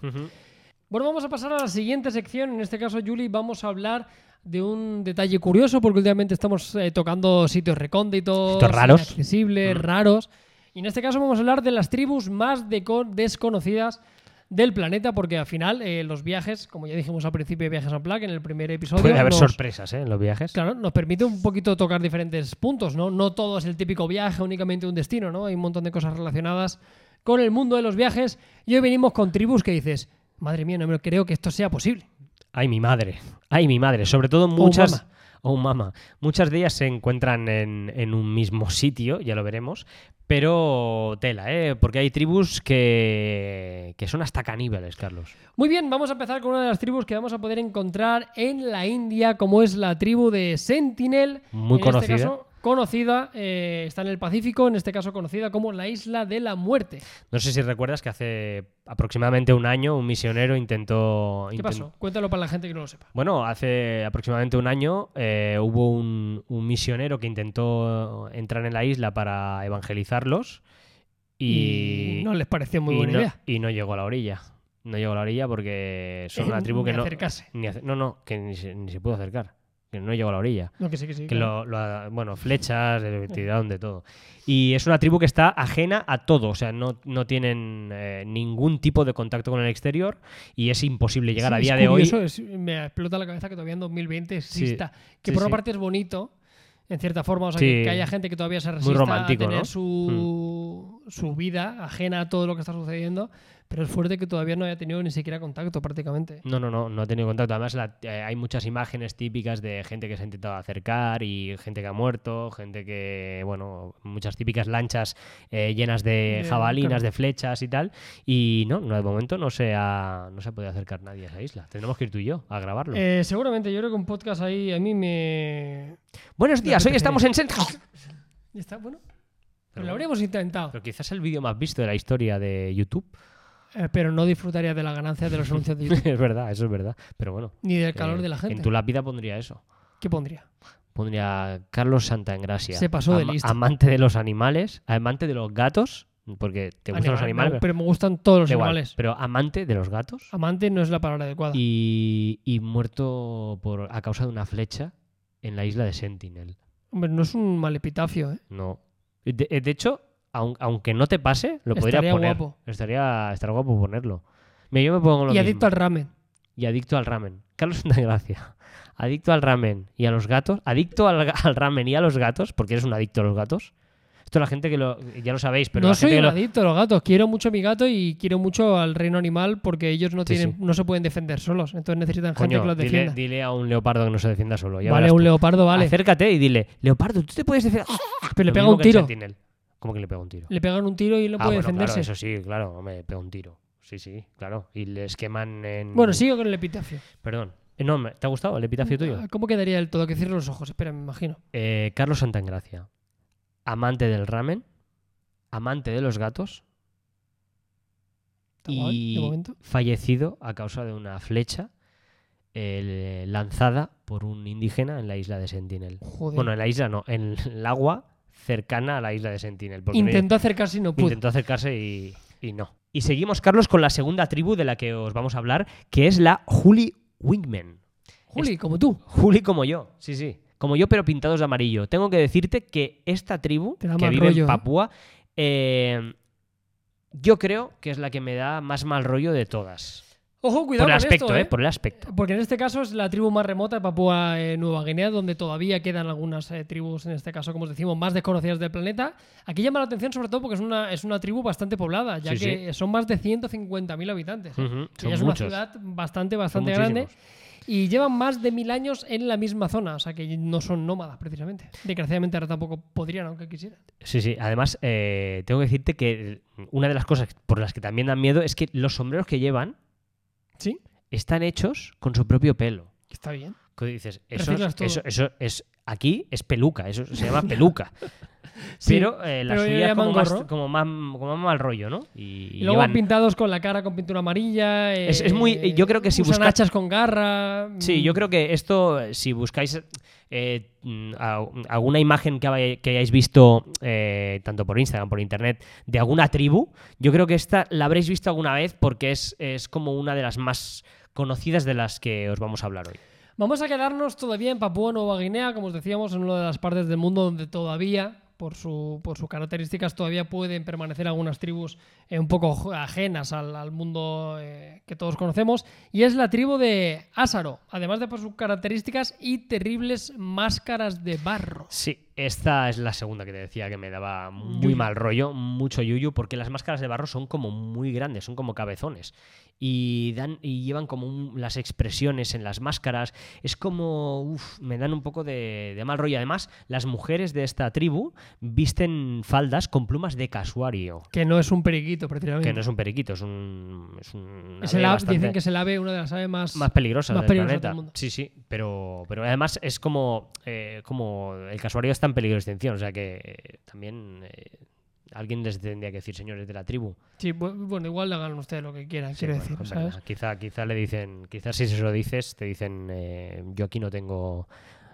Bueno, vamos a pasar a la siguiente sección. En este caso, Juli, vamos a hablar de un detalle curioso, porque últimamente estamos eh, tocando sitios recónditos,
Sitios raros. Mm.
inaccesibles, raros. Y en este caso vamos a hablar de las tribus más deco- desconocidas del planeta, porque al final eh, los viajes, como ya dijimos al principio de Viajes a Plaque en el primer episodio,
Puede haber
nos-
sorpresas ¿eh? en los viajes.
Claro, nos permite un poquito tocar diferentes puntos, ¿no? No todo es el típico viaje, únicamente un destino, ¿no? Hay un montón de cosas relacionadas con el mundo de los viajes. Y hoy venimos con tribus que dices, madre mía, no me creo que esto sea posible.
Ay, mi madre. Ay, mi madre. Sobre todo muchas.
mamá.
Oh, mamá. Muchas de ellas se encuentran en, en un mismo sitio, ya lo veremos. Pero tela, ¿eh? Porque hay tribus que, que son hasta caníbales, Carlos.
Muy bien, vamos a empezar con una de las tribus que vamos a poder encontrar en la India, como es la tribu de Sentinel.
Muy
En este
conocida.
caso, conocida, eh, está en el Pacífico, en este caso conocida como la Isla de la Muerte.
No sé si recuerdas que hace aproximadamente un año un misionero intentó.
¿Qué
inten-
pasó? Cuéntalo para la gente que no lo sepa.
Bueno, hace aproximadamente un año eh, hubo un, un misionero que intentó entrar en la isla para evangelizarlos. Y,
no les pareció muy
y
buena
no,
idea.
y no llegó a la orilla. No llegó a la orilla porque son una
Eh, Ni
tribu que no.
acercarse.
ni ace- no, no, que ni se, ni se pudo acercar. Que no llegó a la orilla.
No, que sí, que sí.
Que
claro.
lo, lo- bueno, flechas, eh, tiraron de todo. Y es una tribu que está ajena a todo. O sea, no, no tienen eh, ningún tipo de contacto con el exterior y es imposible llegar
Sí,
a
es
día de hoy.
curioso, es- me explota la cabeza que todavía en 2020
Sí,
exista. que
sí,
por una
sí.
parte es bonito, en cierta forma, o sea,
Sí.
que, que haya gente que todavía se resista
romántico,
a tener
¿no? Hmm.
su, su vida ajena a todo lo que está sucediendo, pero es fuerte que todavía no haya tenido ni siquiera contacto prácticamente.
No, no, no, no ha tenido contacto. Además, la- eh, hay muchas imágenes típicas de gente que se ha intentado acercar y gente que ha muerto, gente que, bueno, muchas típicas lanchas eh, llenas de
De-
jabalinas,
claro.
de flechas y tal. Y no, no, de momento no se ha, no se ha podido acercar nadie a esa isla. Tendremos que ir tú y yo a grabarlo.
Eh, seguramente, yo creo que un podcast ahí a mí me...
Buenos días, hoy
apetecería.
estamos en Sen-
¿Ya está? Bueno, pues lo
Pero bueno.
habríamos intentado,
Pero quizás el vídeo más visto de la historia de YouTube.
eh, pero no disfrutaría de las ganancias de los anuncios de YouTube,
es verdad, eso es verdad. Pero bueno.
ni del
eh,
calor de la gente.
En tu lápida pondría eso.
¿Qué pondría?
Pondría Carlos Santa Engracia.
Se pasó de listo.
Amante de los animales, amante de los gatos, porque te gustan los
Animal,
animales.
no,
pero,
pero me gustan todos los
da igual,
animales.
pero amante de los gatos
Amante no es la palabra adecuada.
y, y muerto por, a causa de una flecha en la isla de Sentinel.
Hombre, no es un mal epitafio, ¿eh?
No. De, eh, de hecho, aun- aunque no te pase, lo
Estaría
podría poner.
guapo.
Estaría, estaría guapo ponerlo. Mira, yo me pongo lo
y
mismo.
adicto al ramen.
Y adicto al ramen. Carlos Santagracia. Adicto al ramen y a los gatos. Adicto al, ga- al ramen y a los gatos, porque eres un adicto a los gatos. Esto la gente que lo. Ya lo sabéis, pero
no
la gente
soy
que
un
lo-
adicto a los gatos. Quiero mucho a mi gato y quiero mucho al reino animal porque ellos no
Sí,
tienen,
sí.
no se pueden defender solos. Entonces necesitan gente
Coño,
que los
dile,
defienda.
dile a un leopardo que no se defienda solo. ya
vale,
verás
un
tú.
leopardo, vale.
Acércate y dile, leopardo, tú te puedes defender. Ah,
Pero le
Lo
pega
mismo
un
que el
tiro.
Sentinel. ¿Cómo que le pega un tiro?
Le pegan un tiro y él no
ah,
puede
bueno, claro,
defenderse.
eso sí, claro, hombre, pega un tiro. Sí, sí, claro. Y les queman en.
Bueno, sigo con el epitafio. Ah,
Perdón. Eh, No, me- ¿te ha gustado el epitafio tuyo?
¿Cómo quedaría el todo? Que cierro los ojos, espera, me imagino.
Eh, Carlos Santangracia, amante del ramen, amante de los gatos
Está guay,
Y-
de momento.
fallecido a causa de una flecha eh, lanzada por un indígena en la isla de Sentinel.
Joder.
Bueno, en la isla no, en el agua cercana a la isla de Sentinel. porque no-
Intentó acercarse y no pudo.
intentó acercarse y, y no. Y seguimos, Carlos, con la segunda tribu de la que os vamos a hablar, que es la Juli Wingman.
Juli, como tú.
Juli como yo, sí, sí. Como yo, pero pintados de amarillo. Tengo que decirte que esta tribu
Te da
que
mal
vive
rollo, ¿eh?
en Papúa, eh, yo creo que es la que me da más mal rollo de todas.
Ojo, cuidado
por el
con
aspecto,
esto,
¿eh? Por el aspecto.
Porque en este caso es la tribu más remota de Papúa eh, Nueva Guinea, donde todavía quedan algunas eh, tribus, en este caso, como os decimos, más desconocidas del planeta. Aquí llama la atención sobre todo porque es una, es una tribu bastante poblada, ya
Sí,
que son más de 150.000 habitantes. ¿eh?
Ujú,
Que
Son
ya es
muchos.
una ciudad bastante,
son
bastante grande.
muchísimos.
y llevan más de mil años en la misma zona, o sea que no son nómadas precisamente. Desgraciadamente ahora tampoco podrían, aunque quisieran.
Sí, sí. Además, eh, tengo que decirte que una de las cosas por las que también dan miedo es que los sombreros que llevan
Sí,
están hechos con su propio pelo.
está bien.
Que dices, eso,
Reciclas
es-
todo.
eso, eso es. Aquí es peluca, eso se llama peluca.
Sí,
pero eh, la
pero
suya
le
es como
llaman
más,
gorro.
como, más, como más mal rollo, ¿no? Y,
Y luego
llevan-
pintados con la cara con pintura amarilla.
Es- es muy-
eh,
yo creo que si
usan
busca-
hachas con garra.
Sí, yo
mm,
creo que esto, eh, si buscáis eh, mm, a- alguna imagen que, habay- que hayáis visto, eh, tanto por Instagram, por internet, de alguna tribu, yo creo que esta la habréis visto alguna vez porque es, es como una de las más conocidas de las que os vamos a hablar hoy.
Vamos a quedarnos todavía en Papúa Nueva Guinea, como os decíamos, en una de las partes del mundo donde todavía, por, su, por sus características, todavía pueden permanecer algunas tribus eh, un poco jo- ajenas al, al mundo eh, que todos conocemos. Y es la tribu de Ásaro, además de por sus características y terribles máscaras de barro.
Sí, esta es la segunda que te decía que me daba muy
Yuyu.
mal rollo, mucho yuyu, porque las máscaras de barro son como muy grandes, son como cabezones. Y, dan, y llevan como un- las expresiones en las máscaras. Es como. uf, me dan un poco de, de mal rollo. Además, las mujeres de esta tribu visten faldas con plumas de casuario.
Que no es un periquito, precisamente.
Que no es un periquito, es un. Es, un
Es
ave
el ave-
bastante-
dicen que es el ave, una de las aves más...
más peligrosa
más
del
peligrosa
planeta.
del mundo.
Sí, sí, pero, pero además es como, eh, como el casuario está en peligro de extinción, o sea que eh, también eh, alguien les tendría que decir, señores de la tribu.
Sí, bu- bueno, igual le hagan ustedes lo que quieran,
Sí,
quiero
bueno,
decir,
con
¿sabes?
perdón. Quizá, quizá le dicen, quizás si se lo dices, te dicen, eh, yo aquí no tengo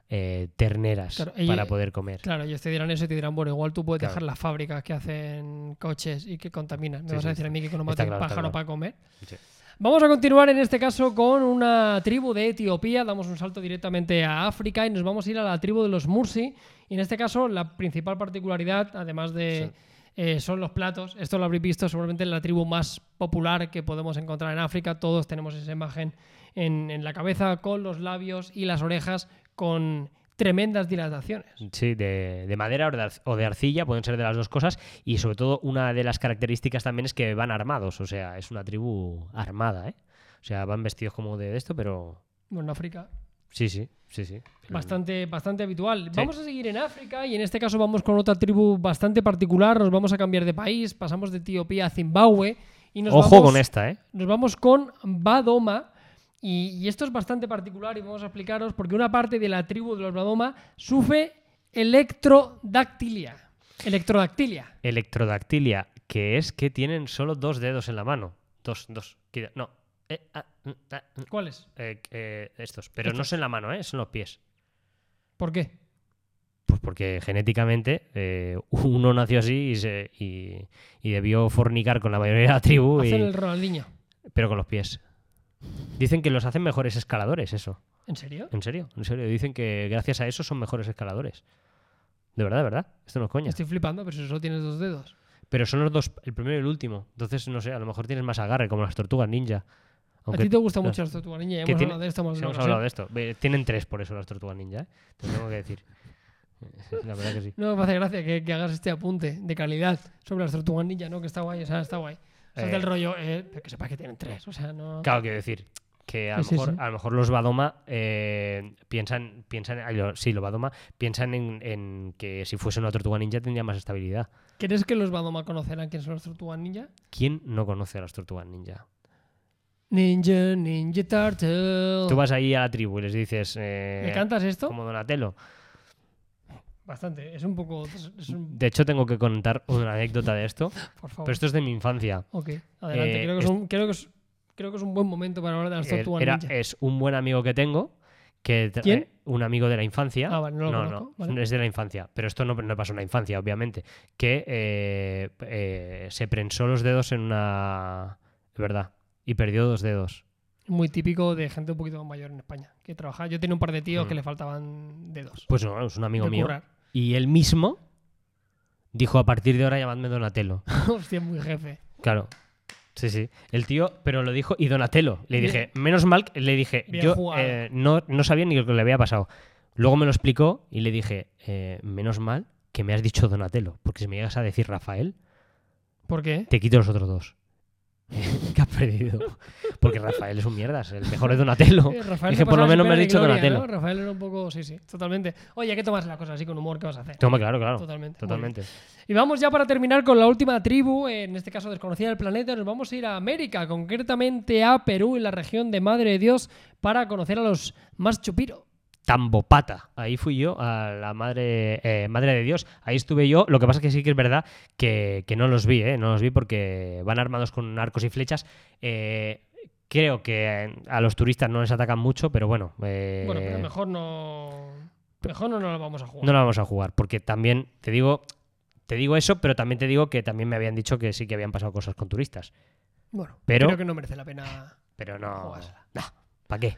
eh, terneras
Claro, y-
para poder comer.
Claro, ellos te dirán eso y te dirán, bueno, igual tú puedes
Claro.
dejar las fábricas que hacen coches y que contaminan. Me
Sí,
vas
sí,
a decir a mí que no
está
mate un
claro, está
pájaro
claro.
para comer.
Sí.
Vamos a continuar en este caso con una tribu de Etiopía. Damos un salto directamente a África y nos vamos a ir a la tribu de los Mursi. Y en este caso, la principal particularidad, además de. eh, son los platos. Esto lo habréis visto seguramente en la tribu más popular que podemos encontrar en África. Todos tenemos esa imagen en, en la cabeza, con los labios y las orejas, con tremendas dilataciones.
Pues Sí, de, de madera o de arc- o de arcilla, pueden ser de las dos cosas. Y sobre todo, una de las características también es que van armados, o sea, es una tribu armada, ¿eh? O sea, van vestidos como de esto, pero.
Bueno, en África.
Sí, sí, sí, sí.
Bastante, bastante habitual. Vamos a seguir en África y en este caso vamos con otra tribu bastante particular. Nos vamos a cambiar de país, pasamos de Etiopía a Zimbabue y nos
Ojo
vamos,
con esta, ¿eh?
Nos vamos con Badoma. Y, y esto es bastante particular y vamos a explicaros porque una parte de la tribu de los Badoma sufre electrodactilia. Electrodactilia.
Electrodactilia, que es que tienen solo dos dedos en la mano. Dos, dos. queda- No. Eh, ah, mm, ah, mm,
¿Cuál es?
eh, eh, estos. Pero no es en la mano, ¿eh? Son los pies.
¿Por qué?
Pues porque genéticamente eh, uno nació así y, se, y, y debió fornicar con la mayoría de la tribu. y...
Hacen el Ronaldinho.
pero con los pies. Dicen que los hacen mejores escaladores, eso.
¿En serio?
¿En serio? ¿En serio? Dicen que gracias a eso son mejores escaladores. De verdad, de verdad. Esto no es coña.
Estoy flipando, pero si solo tienes dos dedos.
Pero son los dos, el primero y el último. Entonces, no sé, a lo mejor tienes más agarre, como las tortugas ninja.
a ti te gusta
las-
mucho esto, tu niña. Ya
que
hemos
tiene-
hablado de esto más ¿eh?
Sí,
de una
hemos
ocasión.
hablado de esto. Ve, Tienen tres por eso las tortugas ninja, ¿eh? Te lo tengo que decir. La verdad que sí.
No me hace gracia que, que hagas este apunte de calidad sobre las tortugas ninja, ¿no? Que está guay, o sea, está guay. O sea,
Eh.
del rollo, eh, pero que sepas que tienen tres, o sea, no...
Claro, quiero decir que a, lo
Sí, sí,
mejor,
sí.
a lo mejor los Badoma eh, piensan, piensan ay, lo- sí, los Badoma piensan en, en que si fuese una tortuga ninja tendría más estabilidad.
¿Crees que los Badoma conocerán quién son las tortugas ninja?
¿Quién no conoce a las tortugas ninja?
Ninja, ninja turtle.
Tú vas ahí a la tribu y les dices. Eh,
Oh. ¿Me cantas esto?
Como Donatello.
Bastante, es un poco... es un-
De hecho, tengo que contar una anécdota de esto,
Por favor.
pero esto es de mi infancia.
Ok, adelante.
Eh,
creo, que
es-
es un, creo, que es, creo que es un buen momento para hablar de las
Él
tortugas
Eh, era-
ninja.
es un buen amigo que tengo. Que tra-
¿Quién?
eh, Un amigo de la infancia.
Ah, vale, no lo
no,
conozco,
no,
vale.
es de la infancia. Pero esto no, no pasó en la infancia, obviamente. Que eh, eh, se prensó los dedos en una. Es verdad. Y perdió dos dedos.
Muy típico de gente un poquito más mayor en España, que trabaja. Yo tenía un par de tíos
Mm.
que le faltaban dedos.
Pues no, es un amigo
de
mío.
currar.
Y él mismo dijo: a partir de ahora llamadme Donatello.
Hostia, muy jefe.
Claro. Sí, sí. El tío, pero lo dijo, y Donatello. Le dije, menos mal, que- le dije,
Bien
yo
jugado.
eh, no, no sabía ni lo que le había pasado. Luego me lo explicó y le dije, eh, menos mal que me has dicho Donatello, porque si me llegas a decir Rafael,
¿Por qué?
te quito los otros dos. que has perdido. Porque Rafael es un mierdas, el mejor es Donatello.
Eh, Rafael
es
se
que por lo
pasaba
menos me
siempre
has
de
dicho
gloria,
Donatello.
¿no? Rafael era un poco, sí, sí, totalmente. Oye, hay que tomas las cosas así con humor, ¿qué vas a hacer?
Toma, claro, claro.
Totalmente, muy
Totalmente.
Y vamos ya para terminar con la última tribu, en este caso desconocida del planeta, nos vamos a ir a América, concretamente a Perú, en la región de Madre de Dios, para conocer a los más chupiro.
Tambopata. Ahí fui yo, a la madre, eh, madre de Dios. Ahí estuve yo. Lo que pasa es que sí que es verdad que, que no los vi, ¿eh? No los vi porque van armados con arcos y flechas. Eh, creo que a los turistas no les atacan mucho, pero bueno. eh,
Bueno, pero mejor no. Mejor no nos lo vamos a jugar.
No la vamos a jugar, porque también te digo, te digo eso, pero también te digo que también me habían dicho que sí que habían pasado cosas con turistas.
Bueno,
Pero-
creo que no merece la pena.
Pero no.
Jugársela.
¿Para qué?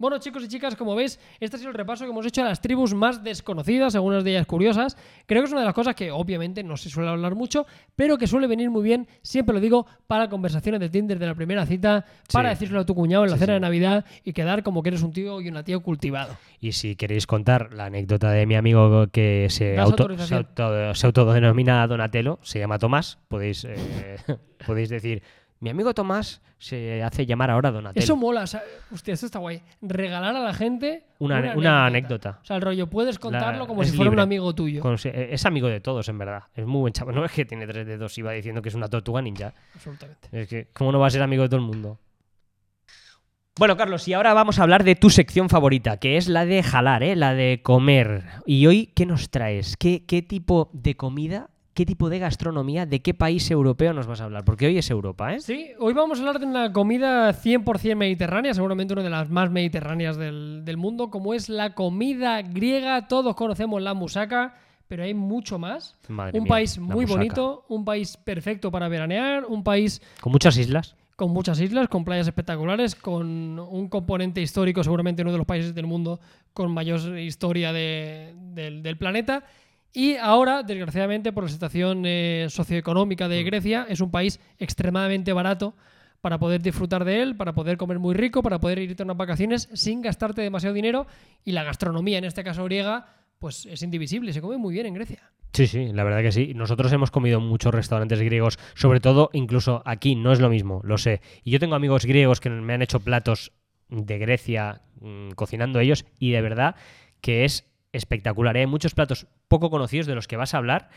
Bueno, chicos y chicas, como veis, este ha sido el repaso que hemos hecho a las tribus más desconocidas, algunas de ellas curiosas. Creo que es una de las cosas que obviamente no se suele hablar mucho, pero que suele venir muy bien, siempre lo digo, para conversaciones de Tinder de la primera cita, para
Sí.
decírselo a tu cuñado en la
Sí,
cena
sí.
de Navidad y quedar como que eres un tío y una tía cultivado.
Y si queréis contar la anécdota de mi amigo que se,
¿Das
auto- se,
autorización?
auto- se autodenomina Donatello, se llama Tomás, podéis, eh, podéis decir, mi amigo Tomás se hace llamar ahora Donatello.
Eso mola, o sea, hostia, esto está guay. Regalar a la gente
Una- una anécdota.
O sea, el rollo, puedes contarlo
La-
como
es
si fuera un
libre.
amigo tuyo.
Con- eh, es amigo de todos, en verdad. Es muy buen chaval. No es que tiene tres dedos y va diciendo que es una tortuga ninja.
Absolutamente.
Es que, ¿cómo no va a ser amigo de todo el mundo? Bueno, Carlos, y ahora vamos a hablar de tu sección favorita, que es la de jalar, ¿eh? la de comer. ¿Y hoy qué nos traes? ¿Qué, qué tipo de comida, qué tipo de gastronomía, de qué país europeo nos vas a hablar? Porque hoy es Europa, ¿eh?
Sí, hoy vamos a hablar de una comida 100% mediterránea, seguramente una de las más mediterráneas del, del mundo, como es la comida griega. Todos conocemos la musaca, pero hay mucho más.
Madre
un
mía,
país
la
muy
musaca.
bonito, un país perfecto para veranear, un país
Con muchas islas.
con muchas islas, con playas espectaculares, con un componente histórico, seguramente uno de los países del mundo con mayor historia de- del, del planeta. Y ahora, desgraciadamente, por la situación eh, socioeconómica de Grecia, es un país extremadamente barato para poder disfrutar de él, para poder comer muy rico, para poder irte a unas vacaciones sin gastarte demasiado dinero. Y la gastronomía, en este caso griega, pues es indivisible, se come muy bien en Grecia.
Sí, sí, la verdad que sí. Nosotros hemos comido en muchos restaurantes griegos, sobre todo incluso aquí, no es lo mismo, lo sé. Y yo tengo amigos griegos que me han hecho platos de Grecia mm, cocinando ellos y de verdad que es espectacular. ¿eh? Hay muchos platos poco conocidos de los que vas a hablar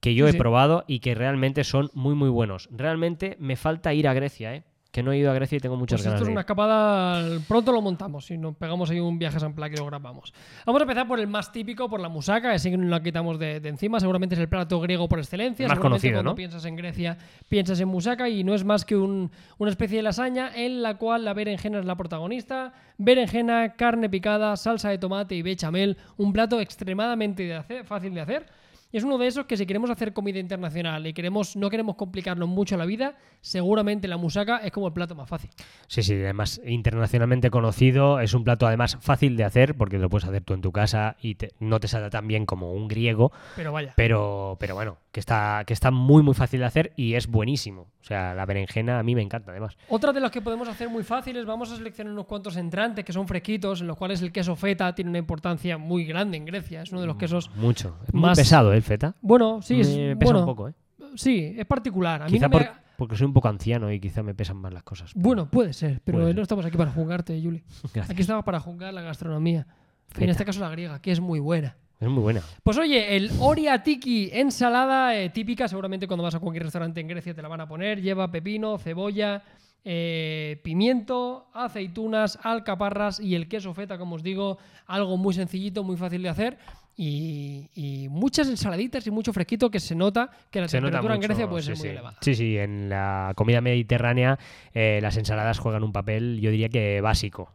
que yo
Sí,
he
sí.
probado y que realmente son muy, muy buenos. Realmente me falta ir a Grecia, ¿eh? que no he ido a Grecia y tengo muchas
Pues
ganas.
esto es
de
una
ir.
escapada. al- Pronto lo montamos. Y nos pegamos ahí un viaje a San Pla que lo grabamos. Vamos a empezar por el más típico, por la musaca. Ese que no la quitamos de, de encima. Seguramente es el plato griego por excelencia.
Más
Seguramente
conocido,
cuando
¿no?
piensas en Grecia, piensas en musaca. Y no es más que un- una especie de lasaña en la cual la berenjena es la protagonista. Berenjena, carne picada, salsa de tomate y bechamel. Un plato extremadamente de hacer- fácil de hacer. Y es uno de esos que si queremos hacer comida internacional y queremos, no queremos complicarnos mucho la vida, seguramente la musaca es como el plato más fácil.
Sí, sí, además internacionalmente conocido, es un plato además fácil de hacer porque lo puedes hacer tú en tu casa y te- no te salta tan bien como un griego,
Pero vaya.
Pero, pero bueno, que está, que está muy, muy fácil de hacer y es buenísimo. O sea, la berenjena a mí me encanta, además.
Otra de las que podemos hacer muy fáciles, vamos a seleccionar unos cuantos entrantes que son fresquitos, en los cuales el queso feta tiene una importancia muy grande en Grecia. Es uno de los quesos.
Mucho. Es
Más-
Muy pesado, ¿eh, el feta?
Bueno, sí, es,
Mm. Me pesa
bueno,
un poco, ¿eh?
sí, es particular. A mí
Quizá
no me
por-
ha-
porque soy un poco anciano y quizá me pesan más las cosas.
Bueno, puede ser, pero
Puede ser.
no estamos aquí para juzgarte, Juli.
Gracias.
Aquí estamos para juzgar la gastronomía. Y en
Feta.
este caso la griega, que es muy buena.
Es muy buena.
Pues oye, el oriatiki, ensalada eh, típica, seguramente cuando vas a cualquier restaurante en Grecia te la van a poner. Lleva pepino, cebolla, eh, pimiento, aceitunas, alcaparras y el queso feta, como os digo, algo muy sencillito, muy fácil de hacer. Y, y muchas ensaladitas y mucho fresquito que se nota que la
Se nota
temperatura en
mucho,
Grecia puede ser
sí,
muy
sí.
elevada.
Sí, sí, en la comida mediterránea eh, las ensaladas juegan un papel, yo diría que básico.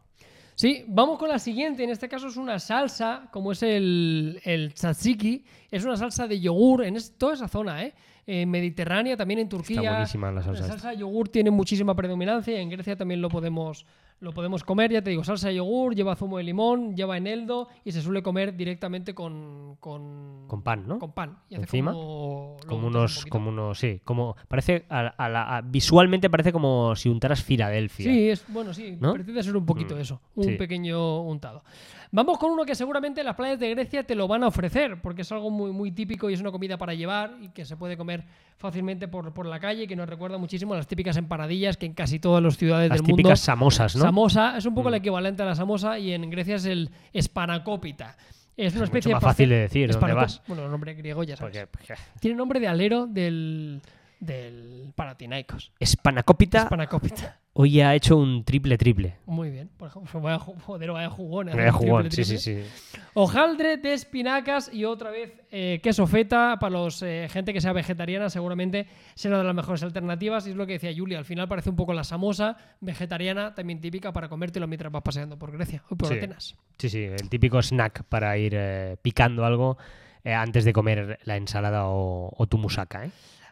Sí, vamos con la siguiente. En este caso es una salsa, como es el, el tzatziki. Es una salsa de yogur en es- toda esa zona, ¿eh? Eh, Mediterránea, también en Turquía.
Está buenísima la
La
salsa. esta.
salsa de yogur tiene muchísima predominancia y en Grecia también lo podemos, Lo podemos comer, ya te digo, salsa de yogur, lleva zumo de limón, lleva eneldo y se suele comer directamente con, con,
Con pan, ¿no?
con pan. Y
Encima,
como, lo
Como
untas un
unos,
poquito.
como unos, sí, como parece, a, a la- a- visualmente parece como si untaras Filadelfia.
Sí, es, bueno, sí,
¿No?
pretende ser un poquito
Mm,
eso, un
sí.
pequeño untado. Vamos con uno que seguramente las playas de Grecia te lo van a ofrecer, porque es algo muy, muy típico y es una comida para llevar y que se puede comer fácilmente por, por la calle, que nos recuerda muchísimo a las típicas empanadillas que en casi todas las ciudades
Las
del
típicas
mundo.
samosas, ¿no?
Samosa es un poco
Mm.
el equivalente a la samosa y en Grecia es el espanacópita. Es una
Mucho
especie de
más
pastel-
fácil de decir, ¿dónde
espanacó-
vas?
Bueno, nombre griego ya sabes.
Porque, porque-
Tiene nombre de alero del, del Paratinaicos.
eh, Spanakopita
Espanacópita.
hoy ha hecho un triple triple.
Muy bien. Por ejemplo, vaya, ju- joder, vaya jugón. ¿eh?
Vaya jugón, sí,
Triple,
sí,
triple.
sí.
Hojaldre de espinacas y otra vez eh, queso feta para los eh, gente que sea vegetariana seguramente será de las mejores alternativas y es lo que decía Julia al final parece un poco la samosa vegetariana también típica para comértelo mientras vas paseando por Grecia o por
Sí.
Atenas
Sí, sí, el típico snack para ir eh, picando algo eh, antes de comer la ensalada o, o tu musaca, ¿eh?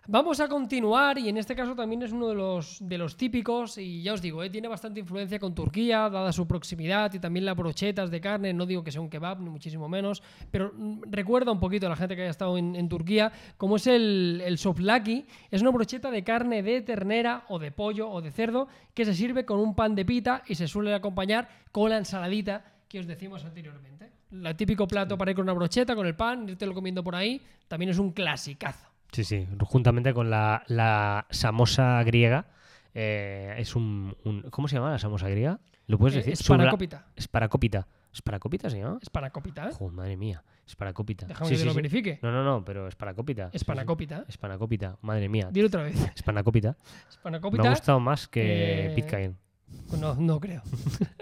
Vamos a continuar y en este caso también es uno de los, de los típicos y ya os digo, eh, tiene bastante influencia con Turquía, dada su proximidad y también las brochetas de carne, no digo que sea un kebab, ni muchísimo menos, pero mm, recuerda un poquito a la gente que haya estado en, en Turquía, como es el, el soplaki, es una brocheta de carne de ternera o de pollo o de cerdo que se sirve con un pan de pita y se suele acompañar con la ensaladita que os decimos anteriormente. El típico plato para ir con una brocheta, con el pan, irte lo comiendo por ahí, también es un clasicazo.
Sí, sí, juntamente con la, la samosa griega. eh, es un, un- ¿Cómo se llama la samosa griega? ¿Lo puedes
Eh,
Pues decir?
Sparacópita.
Sparacópita. ¿Sparacópita se llama?
Es panacópita, ¿eh?
Jo, madre mía. Sparacópita.
Déjame
Sí,
que
sí,
te lo
sí.
verifique.
No, no, no, pero Sparacópita.
Es panacópita, ¿eh?
Sparacópita, madre mía.
Dilo otra vez.
Spanakopita.
Es
Me
panacópita.
ha gustado más que
eh,
Pitcairn.
No, no creo.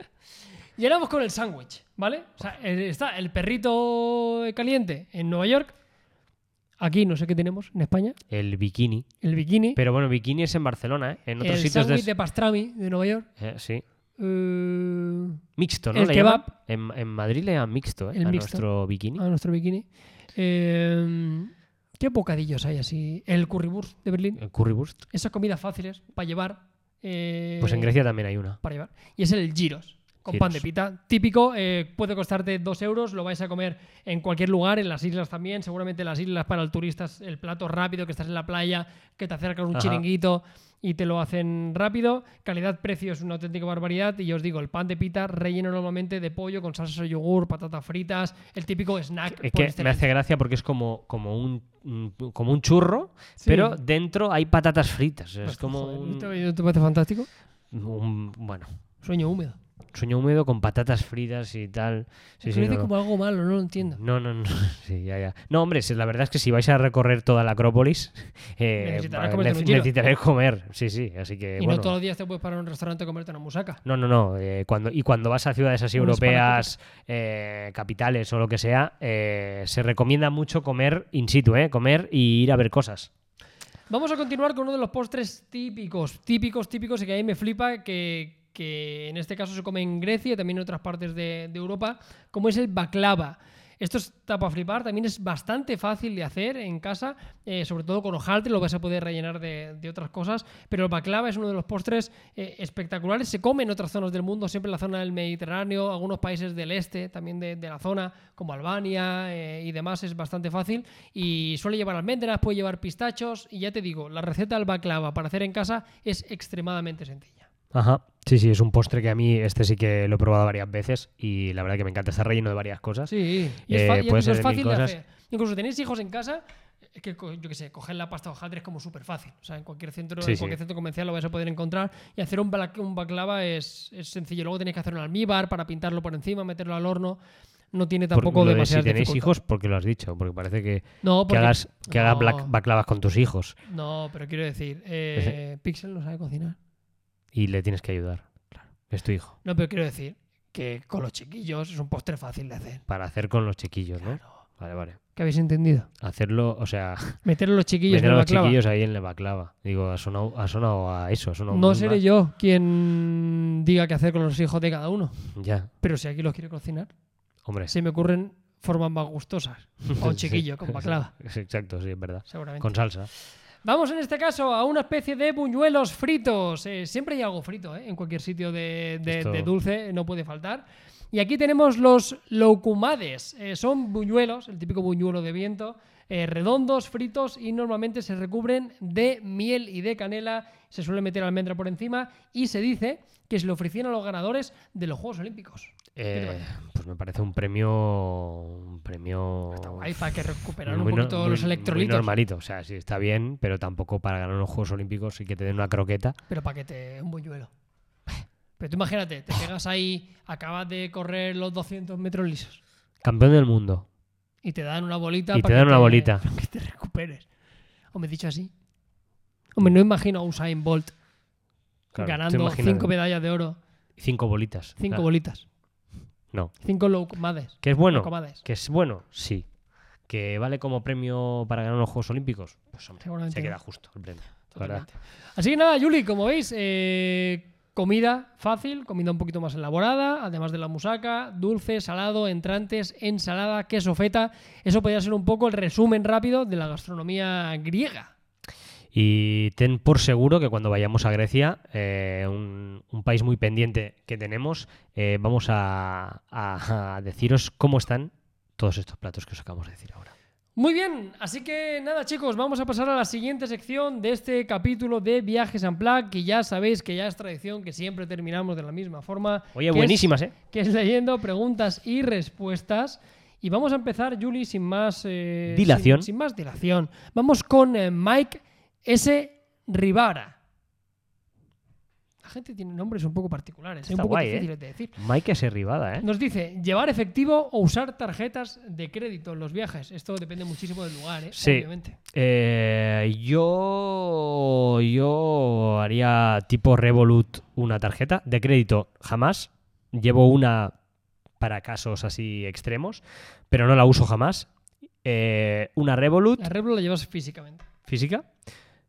y ahora vamos con el sándwich, ¿vale? O sea, el- está el perrito caliente en Nueva York. Aquí no sé qué tenemos en España.
El bikini.
El bikini.
Pero bueno, bikini es en Barcelona, ¿eh? En otros
el
sitios
sándwich
de...
de pastrami de Nueva York.
eh, sí.
eh,
Mixto, ¿no?
El
le llaman?
kebab.
En, en Madrid le llaman mixto, ¿eh?
El
a
mixto. Ah.
nuestro bikini.
a nuestro bikini. Eh, ¿Qué bocadillos hay así? El currywurst de Berlín.
El currywurst.
Esas comidas fáciles para llevar. eh,
Pues en Grecia también hay una.
para llevar. Y es el giros, con
Gyros.
pan de pita. Típico, eh, puede costarte 2 euros, lo vais a comer en cualquier lugar, en las islas también. Seguramente en las islas para el turista es el plato rápido, que estás en la playa, que te acercan un
Ajá.
chiringuito y te lo hacen rápido. Calidad-precio es una auténtica barbaridad. Y yo os digo, el pan de pita relleno normalmente de pollo con salsa de yogur, patatas fritas, el típico snack.
Es
por
que me
excelencia.
hace gracia porque es como, como, un, un- como un churro,
Sí.
pero dentro hay patatas fritas. Es
Pues,
como
joder, ¿no
un,
te- ¿no te parece fantástico?
un- Bueno,
Sueño húmedo.
sueño húmedo con patatas fritas y tal. Sí,
Me
sí,
parece
no, no.
como algo malo, no lo entiendo.
No, no, no. Sí, ya, ya. No, hombre, si- la verdad es que si vais a recorrer toda la Acrópolis, eh,
Necesitarás
va-
comerte
nec-
un giro.
necesitaréis comer. Sí, sí. Así que,
y
Eh, bueno.
no todos los días te puedes parar en un restaurante a comerte una musaca.
No, no, no. eh, cuando, y cuando vas a ciudades así
Un
europeas, eh, capitales o lo que sea, eh, se recomienda mucho comer in situ, ¿eh? Comer y ir a ver cosas.
Vamos a continuar con uno de los postres típicos, típicos, típicos, y que ahí me flipa que, que en este caso se come en Grecia y también en otras partes de, de Europa, como es el baklava. Esto está para flipar, también es bastante fácil de hacer en casa, eh, sobre todo con hojaldre, lo vas a poder rellenar de, de otras cosas, pero el baklava es uno de los postres eh, espectaculares, se come en otras zonas del mundo, siempre en la zona del Mediterráneo, algunos países del este, también de, de la zona, como Albania eh, y demás, es bastante fácil y suele llevar almendras, puede llevar pistachos y ya te digo, la receta del baklava para hacer en casa es extremadamente sencilla.
Ajá. Sí, sí, es un postre que a mí este sí que lo he probado varias veces y la verdad que me encanta. Está relleno de varias cosas.
Sí, y es,
Eh,
fa- y es-
puede
es
ser de mil
fácil de
cosas.
hacer. Incluso tenéis hijos en casa, es que co- yo qué sé, coger la pasta hojaldre es como súper fácil. O sea, en cualquier centro,
Sí,
en
sí.
cualquier centro comercial lo vais a poder encontrar. Y hacer un, bala- un baklava es, es sencillo. Luego tenéis que hacer un almíbar para pintarlo por encima, meterlo al horno. No tiene
Por-
tampoco
lo de
demasiadas
si tenéis
dificultades.
hijos, porque lo has dicho, porque parece que,
No,
que
porque-
hagas, que hagas
no.
black- baklavas con tus hijos
No, pero quiero decir, eh, Pixel no sabe cocinar.
y le tienes que ayudar. Es tu hijo.
No, pero quiero decir que con los chiquillos es un postre fácil de hacer.
Para hacer con los chiquillos, ¿no?
Claro.
Vale, vale.
¿Qué habéis entendido?
Hacerlo, o sea,
Meter a los chiquillos en
meter a
el
los
baklava.
chiquillos ahí en la baklava. Digo, ha sonado, ha sonado a eso. Ha sonado
No
muy mal.
seré yo quien diga qué hacer con los hijos de cada uno.
Ya,
Pero si aquí los quiere cocinar,
hombre.
se me ocurren formas más gustosas. A un chiquillo con baklava,
Sí, exacto, sí, es verdad.
seguramente.
Con salsa.
Vamos en este caso a una especie de buñuelos fritos. Eh, siempre hay algo frito, ¿eh? En cualquier sitio de, de-
Esto-
de dulce eh, no puede faltar. Y aquí tenemos los loucumades. Eh, son buñuelos, el típico buñuelo de viento, eh, redondos, fritos y normalmente se recubren de miel y de canela. Se suele meter almendra por encima y se dice que se le ofrecían a los ganadores de los Juegos Olímpicos.
Eh,
te parece?
pues me parece un premio. Un premio.
Está guay para que recuperaran
muy
un
no-
poquito
muy-
los
muy
electrolitos.
normalito, o sea, sí, está bien, pero tampoco para ganar unos Juegos Olímpicos y que te den una croqueta.
Pero para que te un buñuelo. Pero tú imagínate, te pegas ahí, acabas de correr los 200 metros lisos
Campeón del mundo.
y te dan una bolita.
Y
pa'
te
que
dan una bolita.
pa' que te recuperes. O me he dicho así. Hombre, no imagino a Usain Bolt
Claro, tú
ganando
imagínate.
cinco medallas de oro,
Cinco bolitas.
cinco
claro.
bolitas,
No.
cinco locomades.
¿Que es bueno?
locomades.
¿Que es bueno? Sí. ¿Que vale como premio para ganar unos Juegos Olímpicos? Pues hombre,
Seguramente
se
no.
queda justo el premio. la verdad.
Totalmente. Así que nada, Yuli, como veis, eh, comida fácil, comida un poquito más elaborada, además de la musaca, dulce, salado, entrantes, ensalada, queso feta. Eso podría ser un poco el resumen rápido de la gastronomía griega.
Y ten por seguro que cuando vayamos a Grecia, eh, un, un país muy pendiente que tenemos, eh, vamos a, a- a deciros cómo están todos estos platos que os acabamos de decir ahora.
Muy bien, así que nada chicos, vamos a pasar a la siguiente sección de este capítulo de Viajes en Plague, que ya sabéis que ya es tradición, que siempre terminamos de la misma forma.
Oye,
que es-
buenísimas, ¿eh?
que es leyendo preguntas y respuestas. Y vamos a empezar, Juli, sin más eh,
Dilación.
Sin, sin más dilación. Vamos con eh, Mike S. Rivara. La gente tiene nombres un poco particulares, eh, un
Está
poco
guay, ¿eh?
difíciles de decir.
Mike es Rivada, ¿eh?
Nos dice, llevar efectivo o usar tarjetas de crédito en los viajes. Esto depende muchísimo del lugar, ¿eh?
Sí.
obviamente.
Eh, yo, yo haría tipo Revolut una tarjeta de crédito, jamás. Llevo una para casos así extremos, pero no la uso jamás. Eh, una Revolut
La Reblo la llevas físicamente.
física.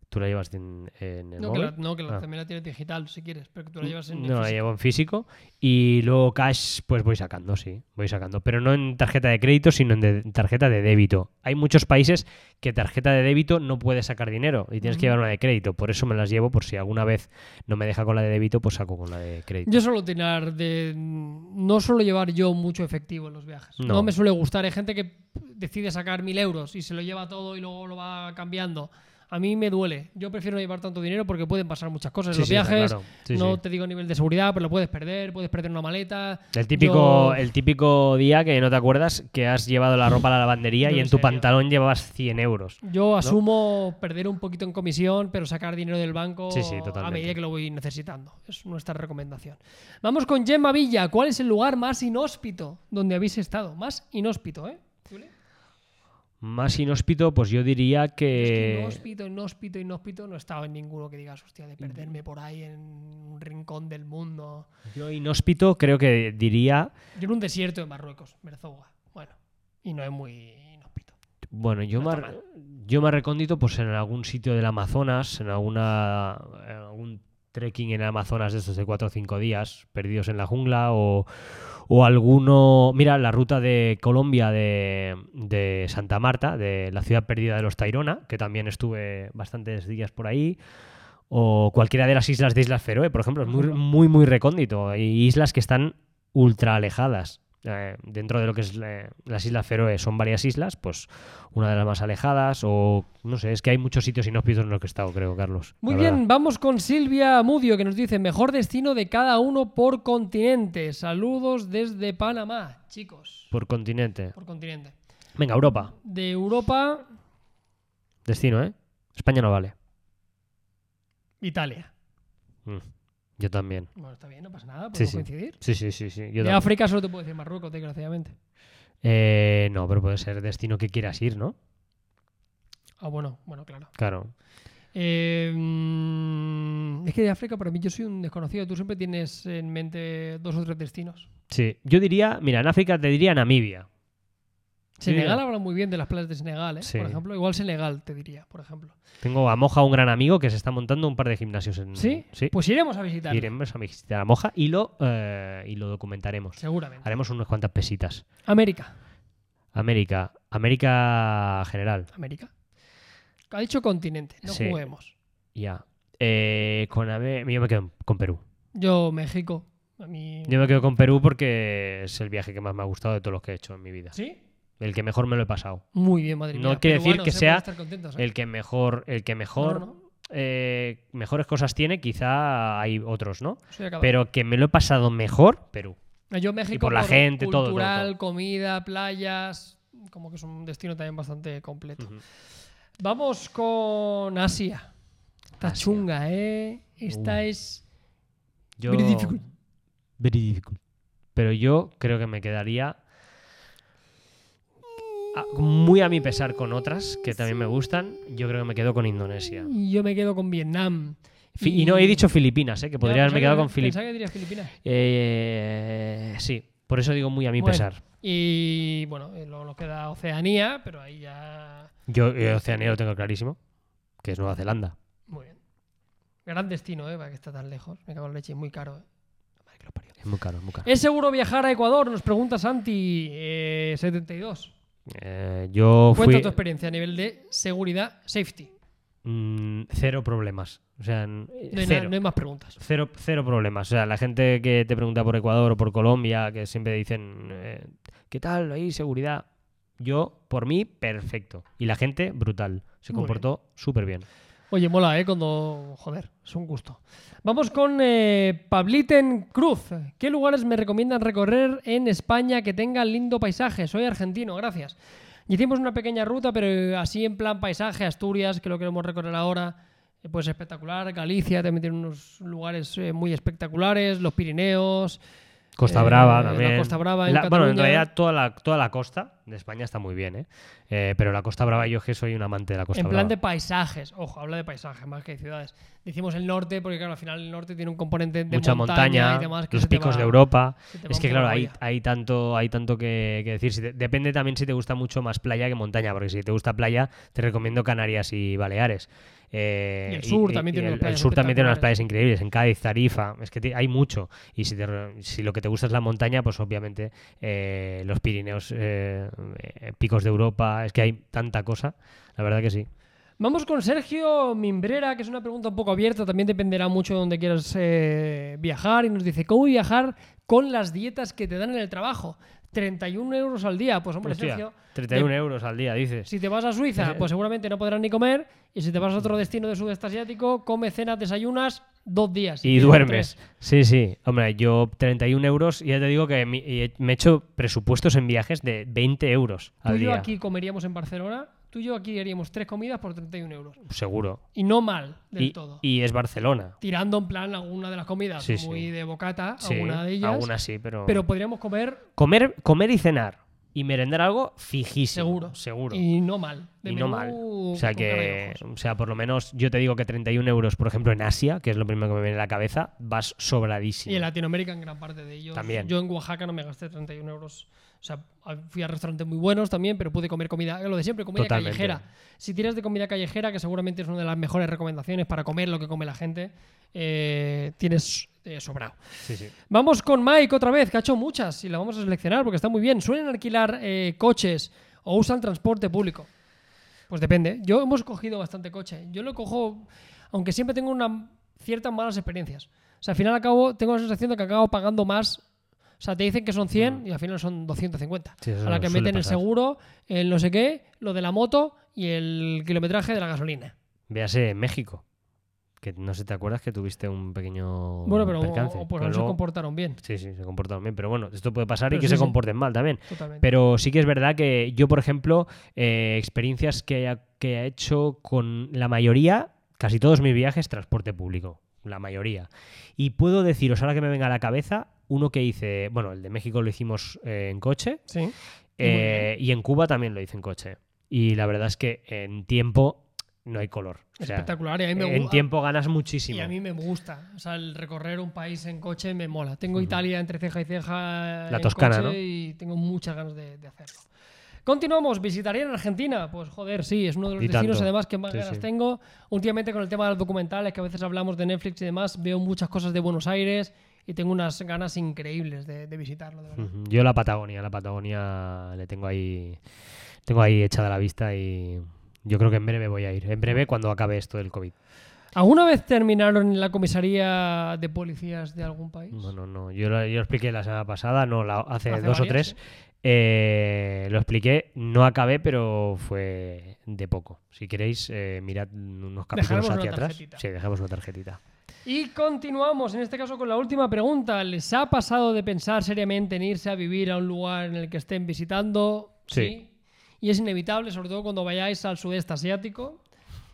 Tú la llevas en, en el
No, que,
móvil.
la, no, que la-
Ah.
también la tienes digital, si quieres, pero que tú la llevas en...
No, la
físico.
llevo en físico. Y luego cash, pues voy sacando, sí, voy sacando. Pero no en tarjeta de crédito, sino en de- tarjeta de débito. Hay muchos países que tarjeta de débito no puedes sacar dinero y tienes que
Ujú.
llevar una de crédito. Por eso me las llevo, por si alguna vez no me deja con la de débito, pues saco con la de crédito.
Yo suelo tirar de. No suelo llevar yo mucho efectivo en los viajes. No,
No.
me suele gustar. Hay gente que decide sacar mil euros y se lo lleva todo y luego lo va cambiando. A mí me duele. Yo prefiero no llevar tanto dinero porque pueden pasar muchas cosas en
Sí,
los
sí, está
viajes.
claro. Sí,
no
sí.
te digo nivel de seguridad, pero lo puedes perder, puedes perder una maleta.
El típico,
Yo-
el típico día que no te acuerdas que has llevado la ropa a la lavandería
No,
y
en
en tu
serio.
pantalón llevabas 100 euros.
Yo asumo perder un poquito en comisión, pero sacar dinero del banco
Sí, sí,
a
totalmente.
medida que lo voy necesitando. Es nuestra recomendación. Vamos con Gemma Villa. ¿Cuál es el lugar más inhóspito donde habéis estado? Más inhóspito, ¿eh? Juli?
Más inhóspito, pues yo diría
Es que
que...
inhóspito, inhóspito, inhóspito, no he estado en ninguno que digas, hostia, de perderme por ahí en un rincón del mundo.
Yo inhóspito creo que diría...
Yo en un desierto de Marruecos, Merzoga. Bueno, y no es muy inhóspito.
Bueno, yo,
No
más,
está mal.
yo más recóndito pues en algún sitio del Amazonas, en, alguna, en algún trekking en el Amazonas de estos de 4 o 5 días, perdidos en la jungla o, o alguno... Mira, la ruta de Colombia de, de Santa Marta, de la ciudad perdida de los Tairona, que también estuve bastantes días por ahí. O cualquiera de las islas de Islas Feroe, por ejemplo, es muy,
Ujú.
muy, muy recóndito. Hay islas que están ultra alejadas. Eh, dentro de lo que es la- las Islas Feroe son varias islas, pues una de las más alejadas o no sé, es que hay muchos sitios inhóspitos en los que he estado, creo, Carlos.
Muy
la
bien,
verdad.
vamos con Silvia Mudio, que nos dice, mejor destino de cada uno por continente. Saludos desde Panamá, chicos.
Por continente.
Por continente.
Venga, Europa.
De Europa,
Destino, ¿eh? España no vale.
Italia.
Mm, Yo también.
Bueno, está bien, no pasa nada, podemos
Sí, sí.
coincidir.
Sí, sí, sí, sí. Yo
De
también.
África solo te puedo decir Marruecos, desgraciadamente.
Eh, no, pero puede ser destino que quieras ir, ¿no?
Ah, bueno, bueno, claro.
Claro.
Eh, mm, es que de África, para mí, yo soy un desconocido. Tú siempre tienes en mente dos o tres destinos.
Sí. Yo diría, mira, en África te diría Namibia.
Senegal
mira.
habla muy bien de las playas de Senegal, ¿eh?
Sí.
por ejemplo. Igual Senegal, te diría, por ejemplo.
Tengo a Moja, un gran amigo, que se está montando un par de gimnasios en.
¿Sí?
Mm, Sí.
Pues iremos a visitar.
Iremos a visitar a Moja y lo, eh, y lo documentaremos.
Seguramente.
Haremos unas cuantas pesitas.
América.
América. América general.
América. Ha dicho continente, no
Sí.
juguemos.
Ya. Eh, con AVE, yo me quedo con Perú.
Yo, México. A mí...
Yo me quedo con Perú porque es el viaje que más me ha gustado de todos los que he hecho en mi vida.
¿Sí?
El que mejor me lo he pasado.
Muy bien, madre
No
mía.
quiere decir
Peruanos,
que
eh,
sea
van a estar contentos, eh.
El que mejor, el que mejor,
No, no, no.
eh, mejores cosas tiene, quizá hay otros, ¿no?
Soy acabado.
Pero que me lo he pasado mejor, Perú.
Yo México
por la gente, todo, todo,
cultural,
todo.
comida, playas, como que es un destino también bastante completo.
Ujú.
Vamos con Asia. Está
Asia.
chunga, ¿eh? Esta
Uh.
es
Yo...
Very difficult.
Very difficult. Pero yo creo que me quedaría a- muy a mi pesar con otras que también me gustan. Yo creo que me quedo con Indonesia.
yo me quedo con Vietnam.
Fi- Y no he dicho Filipinas, ¿eh? que podría
Ya,
haberme
pensaba
quedado
que-
con Filipinas.
pensaba que dirías Filipinas.
sí, por eso digo muy a mi
Bueno.
pesar.
Y bueno, eh, luego nos queda Oceanía, pero ahí ya.
Yo eh, Oceanía lo tengo clarísimo, que es Nueva Zelanda.
Muy bien. Gran destino, ¿eh? Para que está tan lejos. Me cago en la leche, es muy caro, ¿eh? La madre que lo parió.
Es muy caro, es muy caro.
¿Es seguro viajar a Ecuador? Nos pregunta Santi72.
Eh, yo
Cuenta
fui
tu experiencia a nivel de seguridad, safety.
mm, cero problemas. O sea, n-
No hay,
cero.
nada- no hay más preguntas.
Cero, cero problemas. O sea, la gente que te pregunta por Ecuador o por Colombia, que siempre dicen, eh, ¿qué tal? ¿Hay seguridad? Yo, por mí, perfecto. Y la gente, brutal. Se
Muy
comportó súper bien.
Oye, mola, ¿eh? Cuando. Joder, es un gusto. Vamos con eh, Pabliten Cruz. ¿Qué lugares me recomiendan recorrer en España que tengan lindo paisaje? Soy argentino, gracias. Y hicimos una pequeña ruta, pero eh, así en plan paisaje, Asturias, que lo queremos recorrer ahora, eh, pues espectacular. Galicia también tiene unos lugares eh, muy espectaculares, los Pirineos.
Costa
Eh,
Brava
la
también.
Costa Brava en
La- bueno, en
Cataluña.
realidad toda la, toda la costa de España está muy bien, ¿eh? Eh, pero la Costa Brava, yo es que soy un amante de la Costa
en plan de
Brava.
paisajes, ojo, habla de paisajes más que de ciudades. Decimos el norte porque, claro, al final el norte tiene un componente de
Mucha montaña,
y demás que
los
se te
picos
va-
de Europa.
se te va
Es
un
que,
poco
claro,
la
hay,
olla.
hay tanto, hay tanto que, que decir. Si te- depende también si te gusta mucho más playa que montaña, porque si te gusta playa, te recomiendo Canarias y Baleares. Eh,
Y el sur también tiene
el-
unas playas
el sur también tiene unas
espectaculares.
playas increíbles. En Cádiz, Tarifa, es que ti- hay mucho. Y si, te re- si lo que te gusta es la montaña, pues obviamente eh, los Pirineos, eh, eh, picos de Europa, es que hay tanta cosa. La verdad que sí.
Vamos con Sergio Mimbrera, que es una pregunta un poco abierta, también dependerá mucho de dónde quieras eh, viajar, y nos dice, ¿cómo viajar con las dietas que te dan en el trabajo? 31 euros al día, pues hombre,
Hostia, Eh,
Sergio,
31 euros al día, dices.
si te vas a Suiza, pues seguramente no podrás ni comer, y si te vas a otro destino de sudeste asiático, come, cenas, desayunas, dos días.
Y
quieres,
duermes.
tres.
Sí, sí. Hombre, yo 31 euros, ya te digo que mi- y he- me he hecho presupuestos en viajes de 20 euros
Tú
al
y yo
día.
aquí comeríamos en Barcelona, tú y yo aquí haríamos tres comidas por 31 euros.
Seguro.
Y no mal del
Y,
todo.
y es Barcelona.
Tirando en plan alguna de las comidas,
Sí, sí.
muy de bocata,
Sí,
alguna de ellas.
algunas sí, pero.
Pero podríamos comer
Comer, comer y cenar y merendar algo fijísimo.
Seguro.
Seguro.
Y no mal. De
Y no
menú
mal. O sea
con cara de
que,
ojos.
o sea, por lo menos yo te digo que 31 euros, por ejemplo, en Asia, que es lo primero que me viene a la cabeza, vas sobradísimo.
Y en Latinoamérica en gran parte de ellos.
También.
Yo en Oaxaca no me gasté 31 euros. O sea, fui a restaurantes muy buenos también, pero pude comer comida, lo de siempre, comida
Totalmente.
callejera. Si tiras de comida callejera, que seguramente es una de las mejores recomendaciones para comer lo que come la gente, eh, tienes eh, sobrado.
Sí, sí.
Vamos con Mike otra vez, que ha hecho muchas y la vamos a seleccionar porque está muy bien. ¿Suelen alquilar eh, coches o usan transporte público? Pues depende. Yo hemos cogido bastante coche. Yo lo cojo, aunque siempre tengo una, ciertas malas experiencias. O sea, al final acabo, tengo la sensación de que acabo pagando más. O sea, te dicen que son 100 y al final son 250.
Sí, Mm. eso
a la que
suele
meten el
pasar.
seguro, el no sé qué, lo de la moto y el kilometraje de la gasolina.
Véase México. Que no sé, ¿te acuerdas que tuviste un pequeño
Bueno, pero pues o-
percance?
o por
Pero
lo menos se
luego-
comportaron bien.
Sí, sí, se comportaron bien. Pero bueno, esto puede pasar y
Pero
que
sí,
se
sí.
comporten mal también.
Totalmente.
Pero sí que es verdad que yo, por ejemplo, eh, experiencias que haya- que he hecho con la mayoría, casi todos mis viajes, transporte público. La mayoría. Y puedo deciros, ahora que me venga a la cabeza, uno que hice, bueno, el de México lo hicimos eh, en coche,
Sí.
eh, y en Cuba también lo hice en coche. Y la verdad es que en tiempo no hay color. O sea,
Espectacular. Y a mí me
en
gu-
tiempo ganas muchísimo.
Y a mí me gusta. O sea, el recorrer un país en coche me mola. Tengo Italia entre ceja y ceja.
La
en
Toscana,
coche
¿no?
Y tengo muchas ganas de, de hacerlo. Continuamos, visitaría en Argentina. Pues joder, sí, es uno de los
Y
destinos
tanto.
además que más
Sí,
ganas
sí.
tengo. Últimamente con el tema de los documentales, que a veces hablamos de Netflix y demás, veo muchas cosas de Buenos Aires y tengo unas ganas increíbles de, de visitarlo, de verdad.
Ujú. Yo la Patagonia, la Patagonia le tengo ahí, tengo ahí echada la vista y, Yo creo que en breve voy a ir. En breve, cuando acabe esto del COVID.
¿Alguna vez terminaron en la comisaría de policías de algún país?
No, no, no. Yo lo, yo lo expliqué la semana pasada, no, la- hace,
Hace
dos o
varias,
tres.
sí.
Eh, lo expliqué, no acabé, pero fue de poco. Si queréis, eh, mirad unos capítulos
Dejaremos una
hacia atrás.
tarjetita.
Sí, dejamos una tarjetita.
Y continuamos, en este caso con la última pregunta. ¿Les ha pasado de pensar seriamente en irse a vivir a un lugar en el que estén visitando?
Sí.
Y es inevitable, sobre todo cuando vayáis al sudeste asiático,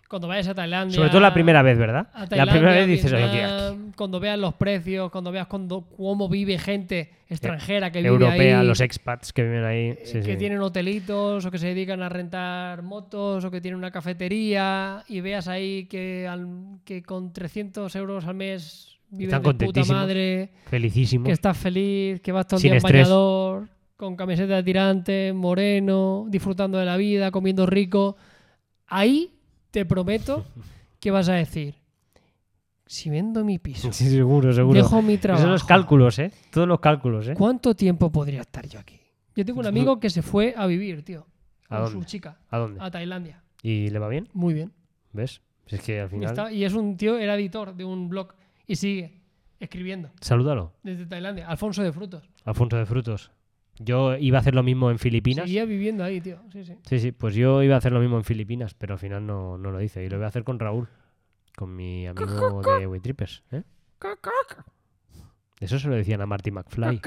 cuando vayáis a Tailandia.
Sobre todo la primera vez, ¿verdad?
a
La
Tailandia,
primera vez dices, oye, aquí,
Vietnam, Cuando veas los precios, cuando veas cuando- cómo vive gente extranjera que vive
Eh, europea,
ahí, eh,
los expats que viven ahí. Sí,
que
sí.
tienen hotelitos o que se dedican a rentar motos o que tienen una cafetería y veas ahí que, al- que con 300 euros al mes viven
Están
de puta
contentísimos.
madre,
Felicísimos.
que estás feliz, que vas todo el
Sin
día en
estrés.
bañador, con camiseta de tirante, moreno, disfrutando de la vida, comiendo rico. Ahí te prometo que vas a decir, si vendo mi piso,
Sí, seguro, seguro.
dejo mi
Esos
trabajo.
son los cálculos, ¿eh? Todos los cálculos, ¿eh?
¿Cuánto tiempo podría estar yo aquí? Yo tengo un amigo que se fue a vivir, tío.
¿A
con
dónde?
su chica,
¿A dónde?
a Tailandia.
¿Y le va bien?
Muy bien.
¿Ves? Si es que al
Y,
final...
está- y es un tío, era editor de un blog y sigue escribiendo
Salúdalo,
desde Tailandia. Alfonso de Frutos.
Alfonso de Frutos. Yo iba a hacer lo mismo en Filipinas.
Seguía viviendo ahí, tío. Sí, sí.
Sí, sí, pues yo iba a hacer lo mismo en Filipinas, pero al final no, no lo hice. Y lo voy a hacer con Raúl, con mi amigo de Waytrippers. ¿eh? Eso se lo decían a Marty McFly.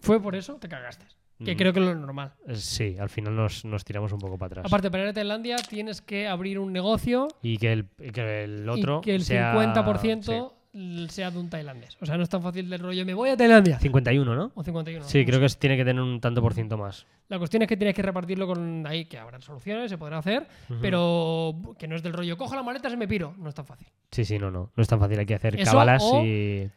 Fue por eso, te cagaste. Que
Mm.
creo que es lo normal.
Eh, Sí, al final nos, nos tiramos un poco para atrás.
Aparte, para ir a Tailandia tienes que abrir un negocio
Y que el, y que el
y
otro
que el
sea...
50% l- sea de un tailandés. O sea, no es tan fácil del rollo, me voy a Tailandia.
sí. 51, ¿no?
O 51.
Sí, creo que es- tiene que tener un tanto por ciento más.
La cuestión es que tienes que repartirlo con ahí, que habrán soluciones, se podrá hacer,
Ujú.
pero que no es del rollo, cojo la maleta, se me piro. No es tan fácil.
Sí, sí, no, no. No es tan fácil. Hay que hacer
Eso
cabalas
o-
y...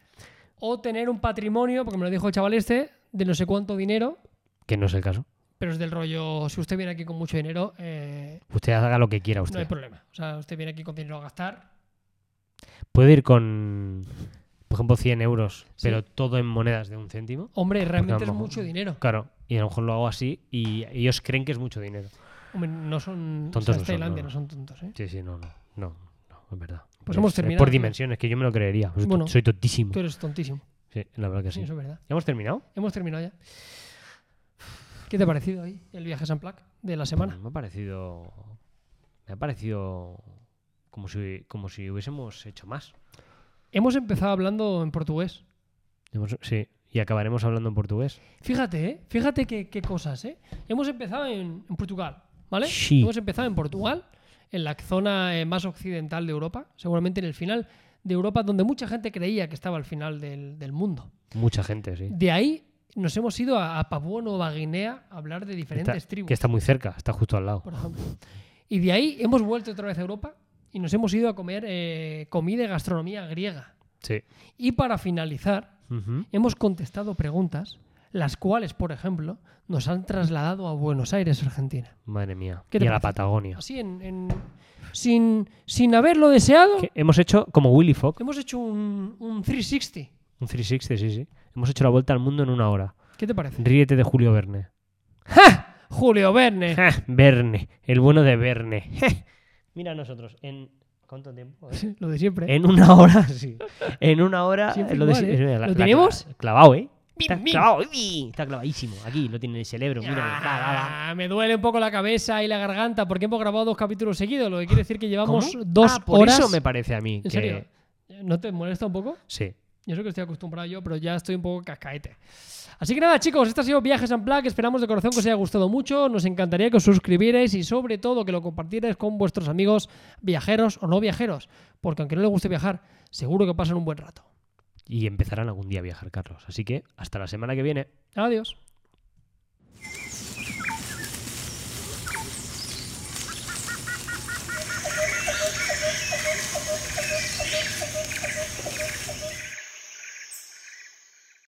O tener un patrimonio, porque me lo dijo el chaval este, de no sé cuánto dinero,
Que no es el caso.
pero es del rollo, si usted viene aquí con mucho dinero, eh,
Usted haga lo que quiera usted.
no hay problema. O sea, usted viene aquí con dinero a gastar.
Puede ir con, por ejemplo, 100 euros,
Sí.
pero todo en monedas de un céntimo.
Hombre, realmente
Pues a
es
lo mejor-
mucho dinero.
Claro, y a lo mejor lo hago así y ellos creen que es mucho dinero.
Hombre, no son
Tontos
o sea,
no
es
son,
Tailandia,
no.
no son tontos, ¿eh?
Sí, sí, no, no, no, no, es verdad.
Pues
Es-
hemos
es eh,
terminado,
Por
tío.
dimensiones, que yo me lo creería. Soy, tot-
Bueno.
soy tontísimo.
Tú eres tontísimo.
Sí, la verdad que
Sí,
Mm. Pues
eso
sí.
es verdad.
¿Ya hemos terminado?
Hemos terminado ya. ¿Qué te ha parecido ahí el viaje a San Plac de la semana?
Me ha parecido. Me ha parecido. Como si, como si hubiésemos hecho más.
Hemos empezado hablando en portugués.
Hemos- sí, y acabaremos hablando en portugués.
Fíjate, ¿eh? Fíjate qué, qué cosas, ¿eh? Hemos empezado en, en Portugal, ¿vale?
Sí.
Hemos empezado en Portugal, en la zona eh, más occidental de Europa, seguramente en el final de Europa, donde mucha gente creía que estaba al final del, del mundo.
Mucha gente, sí.
De ahí nos hemos ido a, a Papúa Nueva Guinea a hablar de
Que está-
diferentes tribus,
que está muy cerca, está justo al lado.
por ejemplo. Y de ahí hemos vuelto otra vez a Europa y nos hemos ido a comer eh, comida y gastronomía griega.
Sí.
Y para finalizar,
Ujú.
hemos contestado preguntas, las cuales, por ejemplo, nos han trasladado a Buenos Aires, Argentina.
Madre mía.
¿Qué te
Y a la
parece?
Patagonia.
Así, en, en- sin, sin haberlo deseado,
Que hemos hecho como Willy Fogg,
hemos hecho un, un 360.
un 360, sí, sí. Hemos hecho la vuelta al mundo en una hora.
¿Qué te parece?
Ríete de Julio Verne.
Julio Verne.
Ja, Verne, el bueno de Verne. Je. Mira nosotros, en ¿cuánto tiempo? eh?
lo de siempre.
En una hora, sí. En una hora
Siempre
eh, de-
igual, ¿eh?
mira,
¿Lo tenemos?
clavado, ¿eh?
Bim,
Está
bim.
clavado, uy, está clavadísimo. Aquí lo tiene en el cerebro, pues mira. va, va, va.
Ah, me duele un poco la cabeza y la garganta porque hemos grabado dos capítulos seguidos, lo que quiere decir que llevamos
¿Cómo?
dos
Ah, por
horas.
eso me parece a mí
¿En
que
serio? ¿No te molesta un poco?
sí.
Y eso que estoy acostumbrado yo, pero ya estoy un poco cascaete. Así que nada, chicos, este ha sido Viajes en Plaque. Esperamos de corazón que os haya gustado mucho. Nos encantaría que os suscribierais y sobre todo que lo compartierais con vuestros amigos viajeros o no viajeros. Porque aunque no les guste viajar, seguro que pasan un buen rato.
Y empezarán algún día a viajar, Carlos. Así que hasta la semana que viene.
Adiós.